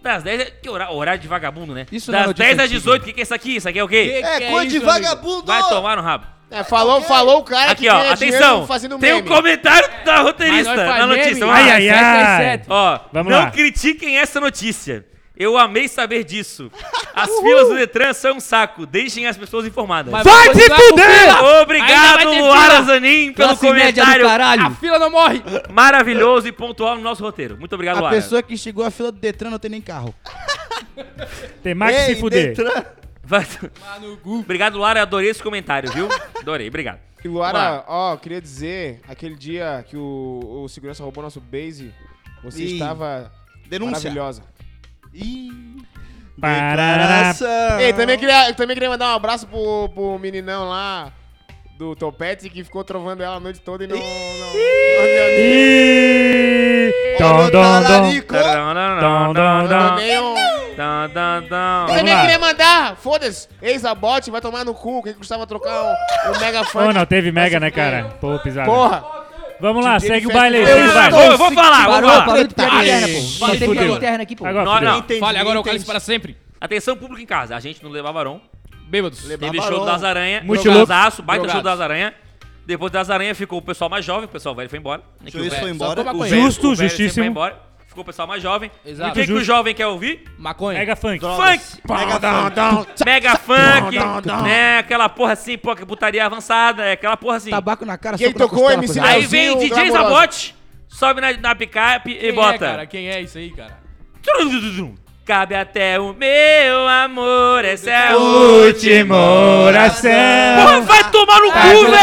S1: das 10. a- Que hora- horário de vagabundo, né?
S6: Isso não é
S1: das
S6: notícia
S1: 10 às
S6: antiga.
S1: 18. O que, que é isso aqui? Isso aqui é o quê?
S6: Que que
S2: É, coisa de
S6: isso, amigo?
S2: vagabundo!
S1: Vai tomar no rabo.
S5: É, falou, falou o cara
S1: Aqui,
S5: que
S1: ó,
S5: ganha
S1: atenção.
S5: dinheiro fazendo
S1: Tem
S5: meme. É.
S1: um comentário da
S6: Mas nós
S1: roteirista
S6: faz
S1: na
S6: meme,
S1: notícia.
S6: mano.
S1: Vamos lá.
S3: Ai, ai, ai.
S6: Sete, sete, sete.
S1: Ó,
S3: Vamos
S1: não
S3: lá.
S1: critiquem essa notícia. Eu amei saber disso. As filas do Detran são um saco. Deixem as pessoas informadas.
S6: Mas
S3: Vai
S6: você
S3: se fuder!
S6: pro fila. Ainda vai
S1: Obrigado,
S6: ter
S1: Luara
S6: fila.
S1: Zanin, pelo
S7: Classe média do
S1: comentário
S7: caralho.
S6: A fila não morre!
S1: maravilhoso e pontual no nosso roteiro. Muito obrigado,
S4: A
S1: Luara.
S4: pessoa que chegou à fila do Detran não tem nem carro.
S3: Tem mais que se fuder.
S2: Detran.
S1: Vai- obrigado, Luara. Adorei esse comentário, viu? Adorei, obrigado.
S5: E Luara, ó, queria dizer, aquele dia que o, o segurança roubou nosso base, você
S2: Ih.
S5: estava
S2: Denúncia.
S5: maravilhosa.
S2: Ih.
S3: Parará.
S2: declaração.
S5: Ei, também queria, eu também queria mandar um abraço pro, pro meninão lá do Topete que ficou trovando ela a noite toda e não. não, não,
S3: E...
S2: Ô,
S3: Dom,
S2: meu
S3: dom, dom.
S2: talarico.
S1: Tadam, tadam,
S5: não,
S3: Dom,
S1: tadam,
S5: nem um-
S1: tadam, tadam.
S5: Eu também
S3: lá.
S5: queria mandar, foda-se, ex-abote, vai tomar no cu, quem custava trocar o, o Mega Funk.
S3: Oh, não, teve mega, né, cara? Pô, pisada.
S5: Porra!
S3: Vamos lá,
S5: DJ
S3: segue o
S5: Festa
S3: baile aí,
S5: do
S3: segue o
S5: Detran.
S1: Eu
S3: baile.
S1: vou, eu vou falar, eu vou
S7: Parou,
S1: falar.
S7: parou de piada interna,
S3: Se
S7: pô. Parou de ter piada
S3: fudeu.
S7: interna aqui, pô.
S3: Agora
S1: Não,
S3: fudeu.
S1: não.
S2: Entendi,
S6: Fale agora o
S2: entendi.
S6: cálice para sempre.
S1: Atenção, público em casa. A gente não levava varão.
S6: Bêbados.
S1: Teve show das Aranha.
S3: Muito
S1: Jogaço, baita show
S6: Drogados.
S1: das Aranha. Depois das Aranha ficou o pessoal mais jovem, o pessoal velho foi embora. né, que o
S2: Juiz
S1: velho-
S2: foi
S6: só
S2: embora.
S6: toma
S1: o
S6: maconha.
S1: velho-
S3: Justo,
S1: o velho sempre
S3: justíssimo.
S1: Foi embora. Ficou o pessoal mais jovem. E
S6: Exato.
S1: o que, que o
S3: Justo.
S1: jovem quer ouvir?
S6: Maconha.
S3: Mega funk.
S1: Funk!
S2: Mega funk.
S1: Mega funk, né? Aquela porra assim, pô, que putaria avançada, é aquela porra
S6: Tá
S1: assim.
S4: Tabaco na cara,
S5: Quem
S4: soco na
S5: tocou,
S4: costela,
S5: MC
S4: coisa
S1: Aí vem
S5: Leozinho,
S1: DJ
S5: glamourosa.
S1: Zabote, sobe na, na picape
S6: Quem
S1: e
S6: é, cara?
S1: bota.
S6: Quem é isso aí, cara?
S1: Cabe até o meu amor, essa é a
S3: Última
S1: Porra,
S3: oração.
S1: vai tomar no cu, velho!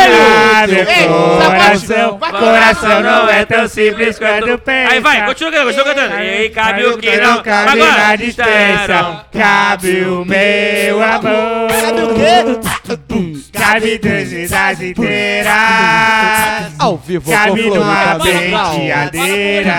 S3: Ah, meu
S5: Ei,
S3: coração,
S5: Zapate, vai.
S3: coração não é tão simples quanto pensa.
S1: Aí vai, continua cantando, continua cantando. E aí cabe o que não
S3: cabe
S1: Agora.
S3: na dispensa. Cabe o meu amor.
S2: Sabe o quê?
S3: Cabe das cidades inteiras.
S4: Ao vivo,
S3: Cabe
S4: com
S3: numa
S4: flor, cabelo.
S3: penteadeira.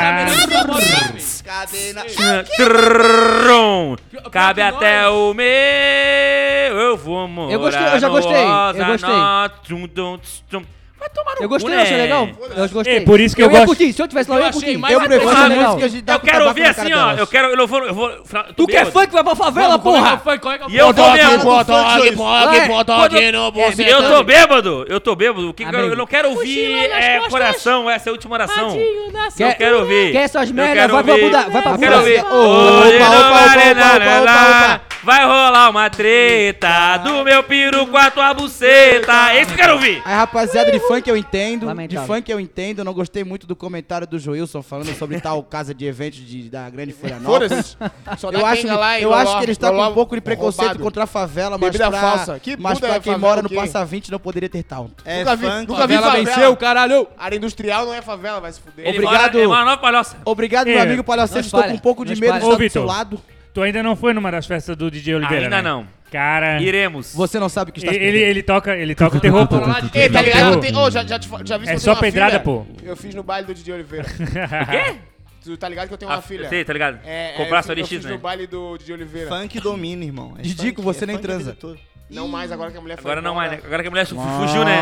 S2: Cadê na...
S1: Trrrrum.
S6: Pior
S1: Cabe
S6: que
S1: até
S6: nós.
S1: o meu. Eu vou morar.
S7: Eu gostei, eu já
S1: no
S7: gostei, eu
S1: Rosa
S7: gostei.
S1: Norte. Tum, tum, tss, tum. Vai tomar no
S7: Eu
S1: cu,
S7: gostei, eu
S1: né?
S7: achei legal. Eu gostei.
S3: Ei, por isso que eu
S7: ia
S3: gosto-
S7: curtir, se eu tivesse lá, eu
S6: Eu
S7: ia
S6: achei
S7: curtir.
S6: mais
S4: Eu
S6: Mas
S4: prefiro
S1: vai
S4: essa
S1: tomar no
S4: música de dar
S1: Eu
S4: com
S1: quero
S4: tabaco
S1: ouvir
S4: na cara
S1: assim, ó.
S4: delas.
S1: Eu quero. Eu não vou. Eu vou eu fra- tô
S7: Tu quer
S1: bêbado.
S7: funk, vai pra favela,
S6: Vamos, como é que é o
S7: porra! É.
S6: funk? Qual é que é o
S1: E eu
S6: funk?
S1: vou mesmo.
S2: Botox,
S7: Vai.
S1: Quando eu,
S6: né?
S1: eu tô bêbado, eu tô bêbado. O que que eu,
S7: Amém.
S1: eu não quero ouvir é coração, essa é a última oração. eu
S7: Quer-
S1: quero ouvir.
S7: quer essas
S1: Eu
S7: merda?
S1: quero
S7: Vai pra
S1: ouvir.
S7: Buda- vai pra
S1: Eu
S7: Buda.
S1: Quero ouvir.
S4: Opa,
S1: Hoje
S4: opa,
S1: não
S4: opa,
S1: vale
S4: opa,
S1: nada,
S4: opa,
S1: lá.
S4: opa.
S1: Vai rolar uma treta do meu piru com a tua buceta. Esse eu quero ouvir.
S4: Aí, rapaziada, de funk eu entendo.
S7: Lamentável.
S4: De funk eu entendo. Eu Não gostei muito do comentário do Joilson falando sobre tal casa de eventos de, da Grande Florianópolis.
S5: Só dá
S4: Eu acho,
S5: quenga lá e
S4: eu
S5: loló,
S4: acho que ele está com
S5: loló
S4: um pouco de preconceito
S5: roubado.
S4: contra a favela, mas
S5: Bebida
S4: pra,
S5: falsa. Que
S4: mas
S5: puta
S4: pra
S5: é
S4: quem
S5: favela Tá
S4: mora
S5: o
S4: no
S5: quê?
S4: Passa 20 não poderia ter tanto.
S2: É
S5: Nunca vi-
S2: funk.
S5: nunca vi-
S6: Favela
S5: Favela.
S6: venceu, caralho!
S5: Área industrial não é favela, vai se fuder.
S1: Ele
S4: Obrigado.
S1: mora- Ele mora na Nova Palhoça.
S4: Obrigado,
S3: É.
S4: meu amigo
S7: Não
S4: palhaçeiro. Estou
S7: espalha,
S4: com um pouco
S7: não
S4: de medo de
S3: espalha.
S4: estar do seu
S3: Ô, Vitor.
S4: lado.
S3: Tu ainda não foi numa das festas do DJ Oliveira,
S1: Ainda
S3: né?
S1: não. tá
S3: Cara, ele,
S1: Iremos.
S4: Você não sabe o que está
S3: ele, ele toca, ele toca o terror, pô.
S5: Ei, tá
S3: Ele
S5: ligado?
S3: toca o
S5: Tem-
S3: terror.
S5: Ô, já, já, te fa- já vi que
S3: É
S5: eu
S3: só
S5: tenho uma
S3: pedrada,
S5: filha?
S3: pô.
S5: Eu fiz no baile do Didi Oliveira. tu tá ligado que eu tenho uma
S1: Ah,
S5: filha?
S1: eu sei, tá ligado?
S5: É, é,
S1: Comprar
S5: eu
S1: sua
S5: fiz- eu
S1: LX,
S5: fiz
S1: né?
S5: no baile do Didi Oliveira.
S2: Funk domina, irmão. É
S4: Didico,
S2: funk,
S4: você
S2: é
S4: nem
S2: funk
S4: transa.
S2: de tudo.
S5: Não mais agora que a mulher foi
S1: Agora não
S5: embora.
S1: mais, né? Agora que a mulher fu- fugiu, né?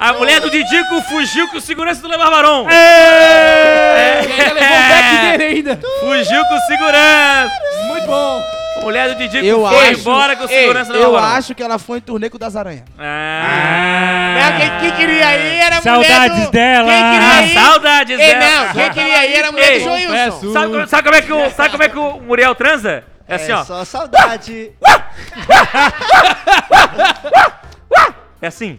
S1: A mulher do Didico fugiu com o segurança do Lebarbarão.
S6: E ainda levou o back dele ainda!
S1: Fugiu com segurança.
S6: Muito bom!
S1: A mulher do Didico
S4: Eu
S1: foi
S4: acho-
S1: embora com o
S5: Ei,
S1: segurança do
S4: Eu
S1: Lebarbarão.
S4: acho que ela foi em turnê com o das aranhas.
S1: Ah,
S5: Não,
S3: Ah,
S5: Né? quem, quem queria ir era a mulher
S3: Saudades
S5: do...
S3: dela.
S5: Quem
S1: ah,
S5: queria ir...
S1: saudades
S5: Ei,
S1: dela.
S5: não, quem queria ir era a mulher
S1: Ei,
S5: do Joilson.
S6: confesso.
S1: Sabe, como- sabe como é que o, sabe como é que o Muriel transa? É assim,
S2: É
S1: ó.
S2: só saudade.
S1: É assim.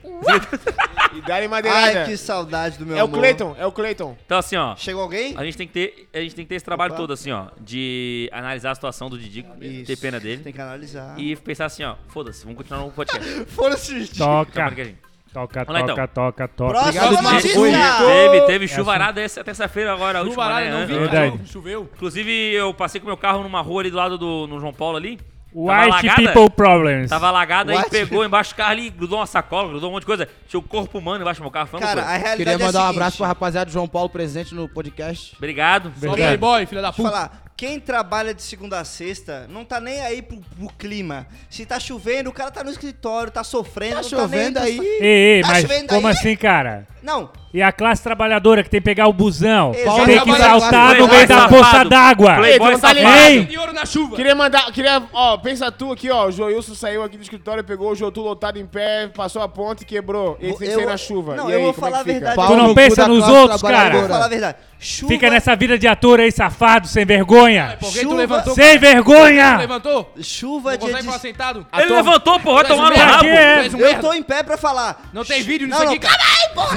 S5: E Dali
S2: Ai,
S5: Madeirada.
S2: que saudade do meu
S5: É o
S2: amor.
S5: Cleiton, é o Cleiton.
S1: Então assim, ó.
S2: Chegou alguém?
S1: A gente tem que ter, a gente tem que ter esse trabalho
S2: Opa.
S1: todo assim, ó, de analisar a situação do Didico, ter pena
S2: Tem
S1: dele
S2: que analisar.
S1: e pensar assim, ó, foda-se, vamos continuar no podcast.
S2: Foram-se.
S1: Calma
S3: toca,
S1: aí, gente.
S3: toca,
S1: Vamos lá, então.
S3: toca, toca, toca.
S2: Próxima
S4: Obrigado,
S2: notícia.
S4: Oi.
S1: Teve,
S2: É
S1: teve chuvarada essa terça-feira agora, a
S6: O
S1: última,
S6: baralho
S1: né?
S6: não vi,
S1: An-
S3: Verdade.
S6: choveu, choveu.
S1: Inclusive, eu passei com meu carro numa rua ali do lado do no João Paulo ali. Tava
S3: White
S1: alagada.
S3: People Problems.
S1: Tava alagada aí
S2: What?
S1: pegou embaixo do carro ali, grudou uma sacola, grudou um monte de coisa. Tinha o corpo humano embaixo do meu carro. Foi uma
S2: Cara, a
S1: coisa.
S2: realidade é
S4: Queria mandar
S2: a
S4: um
S2: seguinte,
S4: abraço pra rapaziada do João Paulo presente no podcast.
S1: Obrigado.
S6: Só
S3: Verdade.
S6: playboy, filha da
S2: Deixa eu
S6: puta.
S2: falar, quem trabalha de segunda a sexta não tá nem aí pro, pro clima. Se tá chovendo, o cara tá no escritório, tá sofrendo.
S4: Tá
S2: não
S4: chovendo
S2: tá nem
S4: aí.
S3: Ei, ei,
S2: Tá
S3: mas
S2: chovendo
S3: como
S2: aí?
S3: assim, cara?
S2: Não,
S3: E a classe trabalhadora que tem que pegar o busão,
S2: Exato.
S3: tem que
S4: Trabalha-
S3: saltar no
S1: Playboy é
S3: meio da
S1: safado.
S3: poça d'água.
S1: Playboy é
S5: Ei, tu não tá
S1: safado.
S5: ligado?
S3: Ei,
S6: De ouro na chuva!
S5: Queria mandar, queria, ó, pensa tu aqui, ó, o Joilson saiu aqui do escritório, pegou o Jotu lotado em pé, passou a ponte e quebrou. Ele tem que
S2: Eu-
S5: sair na chuva.
S2: não,
S5: e
S2: eu
S5: aí,
S2: vou
S5: como é
S2: falar
S5: que
S2: a
S5: fica?
S2: verdade.
S4: Pau
S3: Tu não
S4: no cu
S3: pensa
S4: da
S3: nos
S4: classe
S3: outros, cara?
S2: vou
S4: trabalhadora.
S2: falar a verdade. Chuva,
S3: Fica nessa vida de ator aí, safado, sem vergonha. vergonha!
S6: Porque tu
S2: Chuva-
S6: levantou.
S3: Sem
S6: Tu
S3: vergonha!
S6: levantou?
S2: Chuva
S6: Tu
S2: de.
S6: consegue
S2: de-
S6: falar sentado?
S1: Ele levantou, porra,
S6: Tu és um
S1: tomaram o
S6: merda.
S1: rabo.
S3: Aqui é-
S6: Tu és um
S2: Eu tô
S6: merda.
S2: em pé pra falar.
S6: Não tem vídeo
S2: Não,
S6: nisso
S2: não,
S6: aqui, cara.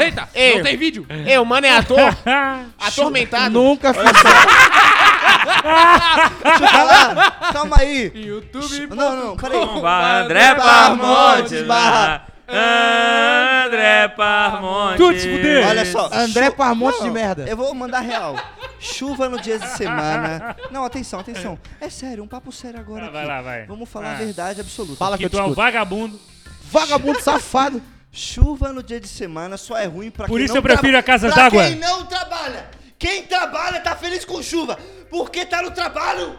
S6: Eita, não tem vídeo.
S5: Ei, o mano é ator,
S3: Ah,
S5: atormentado.
S4: Nunca fiz
S2: Deixa eu falar. Calma aí.
S6: YouTube.
S2: Não, não, peraí.
S1: Barra André Parmontes.
S2: Parmontes,
S1: barra André Parmontes.
S3: Tu te fuder.
S2: Olha só.
S4: André
S2: chu-
S4: Parmontes
S2: Não,
S4: de merda.
S2: Eu vou mandar real. Chuva no dia de semana. Não, atenção, atenção. É sério, um papo sério agora.
S3: Ah,
S2: aqui.
S3: vai lá, vai.
S2: Vamos falar
S3: Ah.
S2: a verdade absoluta.
S4: Fala que
S3: Que
S4: eu te
S3: tu é um
S4: escuto.
S3: vagabundo.
S4: Vagabundo safado.
S2: Chuva no dia de semana só é ruim pra
S3: Por
S2: quem
S3: isso
S2: não
S3: eu prefiro
S2: traba-
S3: a Casas
S2: pra
S3: d'Água.
S2: Quem não trabalha. Quem trabalha tá feliz com chuva, porque tá no trabalho.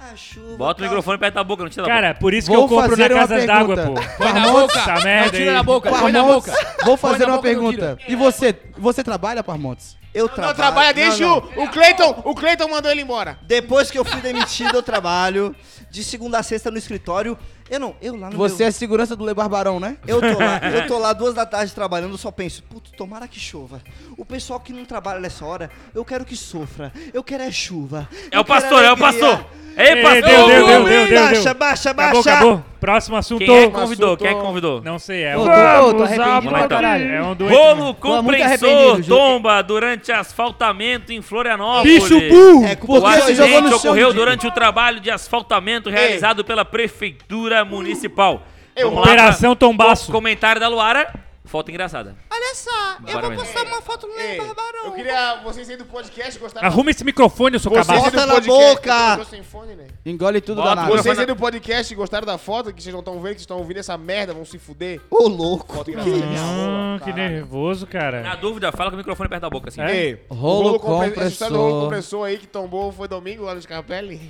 S2: A chuva.
S1: Bota o
S2: causa-
S1: microfone perto da boca, não tira da boca.
S3: Cara, por isso que
S4: Vou
S3: eu compro na
S4: fazer uma
S3: Casas d'Água, pô.
S4: pergunta.
S6: Põe na
S4: Parmontes.
S6: boca.
S3: Essa merda
S6: Não, tira
S3: aí.
S6: na boca. Põe na
S4: Parmontes,
S6: boca.
S4: vou
S6: Põe
S4: fazer
S6: na
S4: uma
S7: um
S6: boca, não tira.
S4: pergunta. E você, você trabalha, Parmontes?
S2: Eu
S5: Não
S2: trabalho.
S5: trabalha desde
S2: Não, não.
S5: o. O Cleiton, o Cleiton mandou ele embora.
S2: Depois que eu fui demitido, eu trabalho. De segunda a sexta no escritório. Eu não, eu lá no
S4: Você
S2: meu...
S4: é segurança do Le Barbarão, né?
S2: Eu tô lá, eu tô lá duas da tarde trabalhando, eu só penso, puto, tomara que chova. O pessoal que não trabalha nessa hora, eu quero que sofra. Eu quero é chuva.
S1: É o
S2: Eu quero
S1: pastor, é o
S2: alegria.
S1: pastor. Ei,
S3: Ei,
S1: pastor.
S3: deu, deu, deu,
S1: Rubens.
S3: deu, deu, deu.
S2: Baixa, baixa,
S3: Acabou,
S2: baixa.
S3: acabou. Próximo assunto.
S1: Quem é que convidou? Quem é que convidou?
S3: Não sei, é
S7: Ô,
S3: um
S7: tô- tô arrependido
S1: pra
S7: caralho.
S3: É um doente.
S1: Rolo
S7: Tô muito arrependido,
S1: compressor
S7: Ju.
S1: tomba durante asfaltamento em Florianópolis.
S3: Bicho
S4: Uh,
S3: burro!
S2: É,
S1: O
S4: Porque se jogou
S1: acidente
S4: no chão
S1: ocorreu
S4: de-
S1: durante o trabalho de asfaltamento realizado pela Prefeitura Municipal.
S3: Operação
S1: pra-
S3: Tombaço.
S1: co- Comentário da Luara. Foto engraçada.
S2: Olha só, eu
S1: Bora,
S2: vou
S1: menino.
S2: postar uma foto no
S5: Ei,
S2: meu
S5: eu
S2: barbarão.
S5: queria vocês aí do podcast gostaram.
S3: Arruma esse microfone, eu sou
S5: Vocês aí
S3: cabaço.
S5: do
S2: Bota na
S5: podcast-
S2: boca.
S5: Eu tô sem fone, né?
S4: Engole tudo
S1: Bota,
S4: danado.
S1: Agora
S5: Vocês
S1: vai
S5: aí
S1: na-
S5: do podcast gostaram da foto que vocês não estão vendo, que vocês estão ouvindo essa merda, vão se fuder.
S2: Ô, louco.
S5: Foto engraçada. minha rola,
S3: Ah, que
S5: caralho.
S3: nervoso,
S1: Na
S3: cara.
S1: dúvida, fala com o microfone perto da boca, assim.
S3: É?
S5: Ei, o
S4: Rolo
S5: compre- essa história do rolo
S4: compressor.
S5: compressor aí que tombou foi domingo lá no Scarpelli.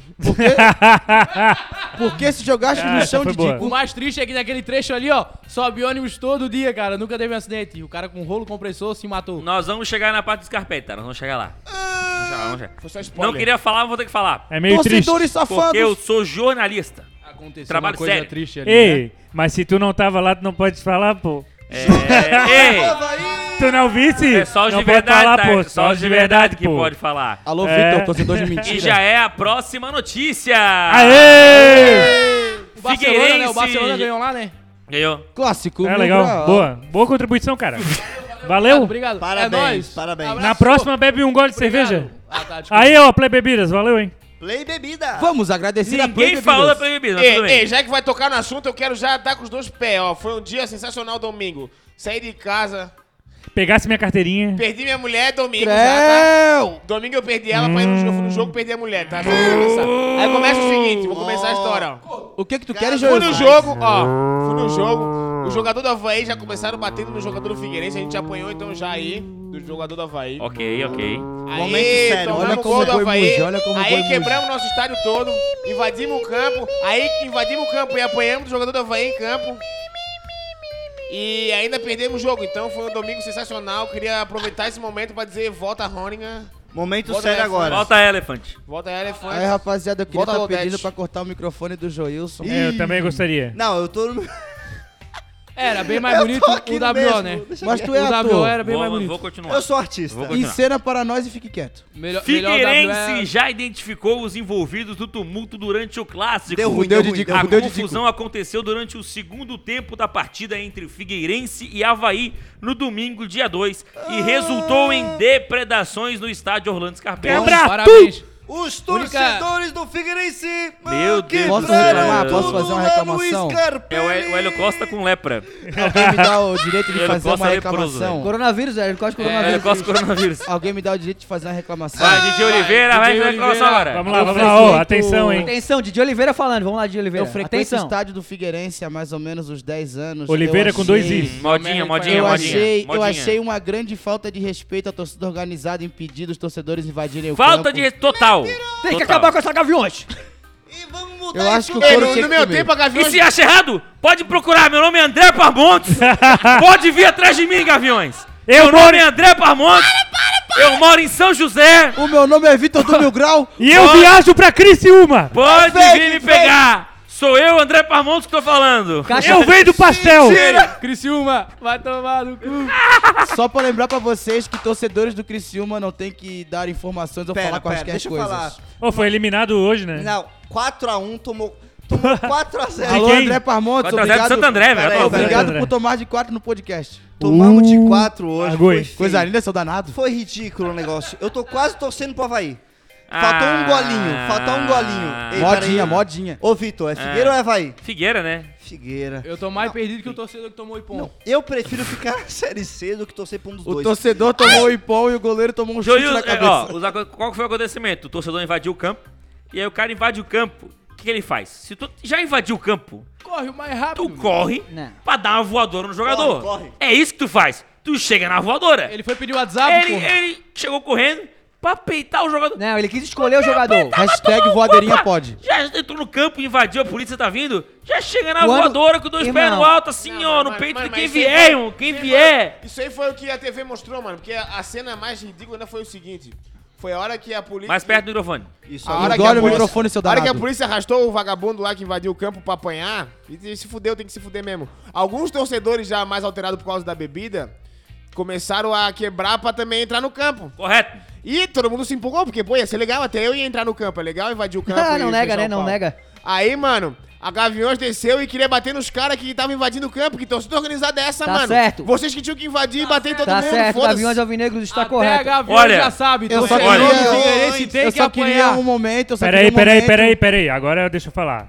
S4: Porque se jogaste
S3: Ah,
S4: no
S3: essa
S4: chão
S3: foi
S4: de
S3: boa.
S6: O
S4: Dico.
S6: mais triste é que naquele trecho ali, ó, sobe ônibus todo dia, cara. Nunca teve um acidente. O cara com rolo compressor se matou.
S1: Nós vamos chegar na parte dos carpetas, nós vamos chegar lá. Vamos chegar, vamos chegar.
S5: Foi só spoiler.
S1: Não queria falar, mas vou ter que falar.
S3: Ah, É meio triste.
S4: Torcedores
S1: Porque
S4: safados.
S1: eu sou jornalista.
S6: Aconteceu
S1: Trabalho
S6: uma coisa
S1: sério.
S6: triste ali, né?
S3: Ei, mas se tu não tava lá, tu não pode falar, pô.
S1: É,
S3: Tu não visse?
S1: ei, é só os
S3: não
S1: de verdade,
S3: pode falar,
S1: tá?
S3: pô.
S1: Só os de verdade que pode falar.
S4: Alô,
S3: É.
S4: Vitor, torcedor de mentira.
S1: E já é a próxima notícia.
S3: Aê!
S6: O Barcelona, né?
S1: Figueirense.
S6: O Barcelona ganhou lá, né?
S1: Ganhou.
S4: Clássico.
S3: É
S4: meu
S3: legal.
S4: bravo.
S3: Boa. Boa contribuição, cara. Valeu.
S6: Obrigado.
S2: Parabéns,
S6: é nóis.
S2: parabéns.
S6: Abraço.
S3: Na próxima, bebe um gole de
S6: Obrigado.
S3: cerveja.
S6: Ah, tá, desculpa.
S3: Aí, ó, Play Bebidas. Valeu, hein?
S2: Play bebida.
S4: Vamos agradecer a Play
S1: Ninguém
S4: Bebidas.
S1: falou da Play Bebidas, mas
S5: Ei,
S1: tudo bem.
S5: ei, já que vai tocar no assunto, eu quero já dar com os dois pés, ó. Foi um dia sensacional domingo. Saí de casa,
S3: Pegasse minha carteirinha.
S5: perdi minha mulher é domingo, já, tá?
S4: Creu!
S5: Domingo eu perdi ela, pra ir no jogo, no jogo perdi a mulher, tá? Só pra começar. Aí começa o seguinte, vou começar a história, ó.
S4: O que que tu queres,
S5: Fui
S4: Júlio?
S5: no jogo, ó. Fui no jogo. O jogador do Havaí já começaram batendo no jogador do Figueirense. A gente apanhou então já aí do jogador do Havaí.
S1: Ok, ok.
S5: Aí,
S2: Momento sério,
S5: tomamos
S4: olha
S5: o
S4: como
S5: gol do
S4: foi
S5: Havaí.
S4: Mugi, olha como foi
S5: Aí
S4: Mugi.
S5: quebramos nosso estádio todo, invadimos o campo, aí invadimos o campo e apanhamos o jogador do Havaí em campo. E ainda perdemos o jogo, então foi um domingo sensacional. Queria aproveitar esse momento pra dizer volta a Roninga,
S2: Momento
S5: Bota
S2: sério
S5: essa,
S2: agora.
S1: Volta Elephant.
S5: volta a Elefante.
S4: Aí, rapaziada, eu queria
S5: Volta,
S4: estar
S5: Lodete.
S4: pedindo pra cortar o microfone do Joilson.
S3: É, eu também gostaria.
S2: Não, eu tô no.
S6: Era bem mais bonito
S2: tô
S6: o WO,
S2: mesmo.
S6: né?
S2: Deixa
S4: Mas
S2: quieto.
S4: tu é
S6: o WO
S4: ator.
S6: era bem mais
S1: Vou,
S6: bonito.
S1: vou continuar.
S2: Eu sou artista.
S1: Vou continuar.
S4: Encena para nós e fique quieto.
S6: Melhor, melhor WO
S1: Figueirense
S6: era-
S1: já identificou os envolvidos do tumulto durante o clássico.
S2: Deu ruim,
S4: Deu
S2: deu
S4: de
S2: ruim.
S4: dica.
S2: deu
S1: A
S4: Fudeu de
S1: confusão aconteceu durante o segundo tempo da partida entre Figueirense e Havaí no domingo, dia 2, e resultou em depredações no estádio Orlando Scarpelli.
S3: Quebra! Pra
S6: Parabéns.
S2: ruim. Os
S6: Única-
S2: torcedores do Figueirense.
S1: Meu Deus.
S4: Posso
S2: quebraram
S4: reclamar? Ah, Posso
S2: tudo
S4: fazer uma
S2: lá no
S4: reclamação?
S1: É
S2: Scarpelli.
S1: o Hélio o Hélio Costa com lepra.
S4: Alguém me dá o direito
S1: Eu
S4: de
S1: não
S4: fazer
S1: posso
S4: uma
S1: ler pros, velho.
S4: reclamação?
S7: Coronavírus, é, ele quase
S1: Hélio
S7: coronavírus.
S1: Costa com coronavírus.
S4: Alguém me dá o direito de fazer uma reclamação?
S1: Vai, Didi Oliveira, vai
S6: Didi
S1: fazer a nossa
S6: Oliveira.
S1: hora.
S3: Vamos lá, vamos lá. Ó, atenção, hein?
S7: Atenção, Didi Oliveira falando. Vamos lá, Didi
S4: Eu
S7: Oliveira.
S4: frequento o
S7: Atenção.
S4: estádio do Figueirense há mais ou menos uns 10 anos.
S3: Oliveira
S4: Eu
S3: com dois
S4: achei-
S3: is.
S1: Modinha, modinha,
S4: Eu
S1: modinha.
S4: achei, eu
S1: modinha.
S4: achei uma grande falta de respeito à torcida organizada impedir os torcedores invadirem o
S1: Falta
S4: campo.
S1: de total.
S7: Tem que
S1: Total.
S7: acabar com essa gaviões.
S2: E vamos mudar
S4: Eu acho que
S2: isso
S4: o
S5: Ei,
S4: couro
S5: no,
S4: tinha
S5: no
S4: que
S5: meu
S4: comer.
S5: tempo a Gaviões...
S1: E se acha errado, pode procurar. Meu nome é André Parmontes. pode vir atrás de mim, gaviões. Meu
S3: Eu moro-
S1: nome é André Parmontes. Eu moro em São José.
S4: O meu nome é Vitor do Mil Grau.
S3: E eu
S1: Pode-
S3: viagem pra Criciúma.
S1: Pode
S2: É fake,
S1: vir me
S2: fake.
S1: pegar. Sou eu, André Parmontes, que tô falando.
S7: Caixa-
S3: Eu venho do pastel!
S6: Criciúma, vai tomar no cu.
S4: Só pra lembrar pra vocês que torcedores do Criciúma não tem que dar informações ou
S2: Pera,
S4: falar
S2: pera,
S4: quaisquer
S2: deixa eu
S4: coisas.
S2: falar.
S3: Pô, foi eliminado hoje, né?
S2: Não, 4x1 tomou, tomou 4x0.
S4: Alô,
S3: quem?
S4: André Parmontes,
S1: 4x0
S4: obrigado.
S1: pro Santo André, velho.
S2: Peraí,
S1: Tá louco.
S2: peraí.
S4: Obrigado
S3: André.
S4: por tomar de quatro no podcast.
S2: Tomamos de
S3: Uh,
S2: 4 hoje.
S3: Argoi.
S2: Foi feio.
S4: Coisa linda, seu danado.
S2: Foi ridículo o negócio. Eu tô quase torcendo pro Havaí. Faltou um golinho, faltou um golinho. Ei,
S4: modinha,
S2: peraí.
S4: modinha.
S2: Ô, Vitor, é Figueira ou é Havaí?
S1: Figueira, né?
S2: Figueira.
S6: Eu tô mais perdido que o torcedor que tomou Ipom.
S2: Não, eu prefiro ficar na Série C do que torcer pra um dos
S4: O
S2: dois.
S4: torcedor tomou o ipom e o goleiro tomou um chute
S1: Joil-
S4: na
S1: é,
S4: cabeça.
S1: ó, os aco- qual que foi o acontecimento? O torcedor invadiu o campo. E aí o cara invadiu o campo. O que, que ele faz? Se tu já invadiu o campo,
S6: Corre o mais
S1: tu
S6: rápido.
S1: corre
S7: Não.
S1: pra dar uma voadora no jogador.
S2: corre.
S1: É isso que tu faz. Tu chega na voadora.
S6: Ele foi pedir WhatsApp,
S1: Ele-
S6: porra.
S1: ele chegou correndo pra peitar o jogador.
S7: Não, ele quis escolher o jogador.
S4: Hashtag voadeirinha
S1: Opa,
S4: pode.
S1: Já entrou no campo, invadiu, a polícia tá vindo. Já chega na
S7: Quando-
S1: voadora com dois pés
S7: Irmão.
S1: no alto, assim,
S5: Não,
S1: ó,
S5: mano,
S1: no
S5: mas-
S1: peito
S5: mano,
S1: de
S5: mas
S1: quem
S5: isso aí
S1: vier,
S5: foi-
S1: irmão. Quem
S5: isso aí
S1: vier.
S5: foi- Isso aí foi o que a TV mostrou, mano. Porque a a cena mais ridícula ainda foi o seguinte. Foi a hora que a polícia...
S1: Mais perto do microfone.
S2: Isso
S5: A
S2: aí.
S5: hora que a
S4: Engole o
S5: polícia-
S4: microfone, seu
S5: A hora que a
S4: danado.
S5: polícia arrastou o vagabundo lá que invadiu o campo pra apanhar, e se fudeu, tem que se fuder mesmo. Alguns torcedores já mais alterados por causa da bebida começaram a quebrar pra também entrar no campo.
S1: Correto.
S5: E todo mundo se empolgou, porque, pô, ia ser legal, até eu ia entrar no campo. É legal invadir o campo.
S7: Ah,
S5: e
S7: não nega,
S5: fechar
S7: né?
S5: o
S7: Não
S5: pau.
S7: nega.
S5: Aí, mano, a Gaviões desceu e queria bater nos caras que estavam invadindo o campo, que torcida organizada é essa,
S7: Tá
S5: mano.
S7: certo.
S5: Vocês que tinham que invadir e bater em todo
S7: Tá
S5: mundo,
S7: certo,
S5: foda-se.
S7: Gaviões Alvinegros está
S6: Até a
S7: correto.
S6: Gaviões
S1: Olha,
S6: já sabe.
S4: eu só
S6: torcedor
S1: queria-
S6: do Figueirense tem
S4: eu
S6: que
S4: só queria
S6: apanhar.
S4: um momento, eu só
S3: Peraí,
S4: queria um
S3: peraí,
S4: momento.
S3: peraí, peraí. Agora deixa eu falar.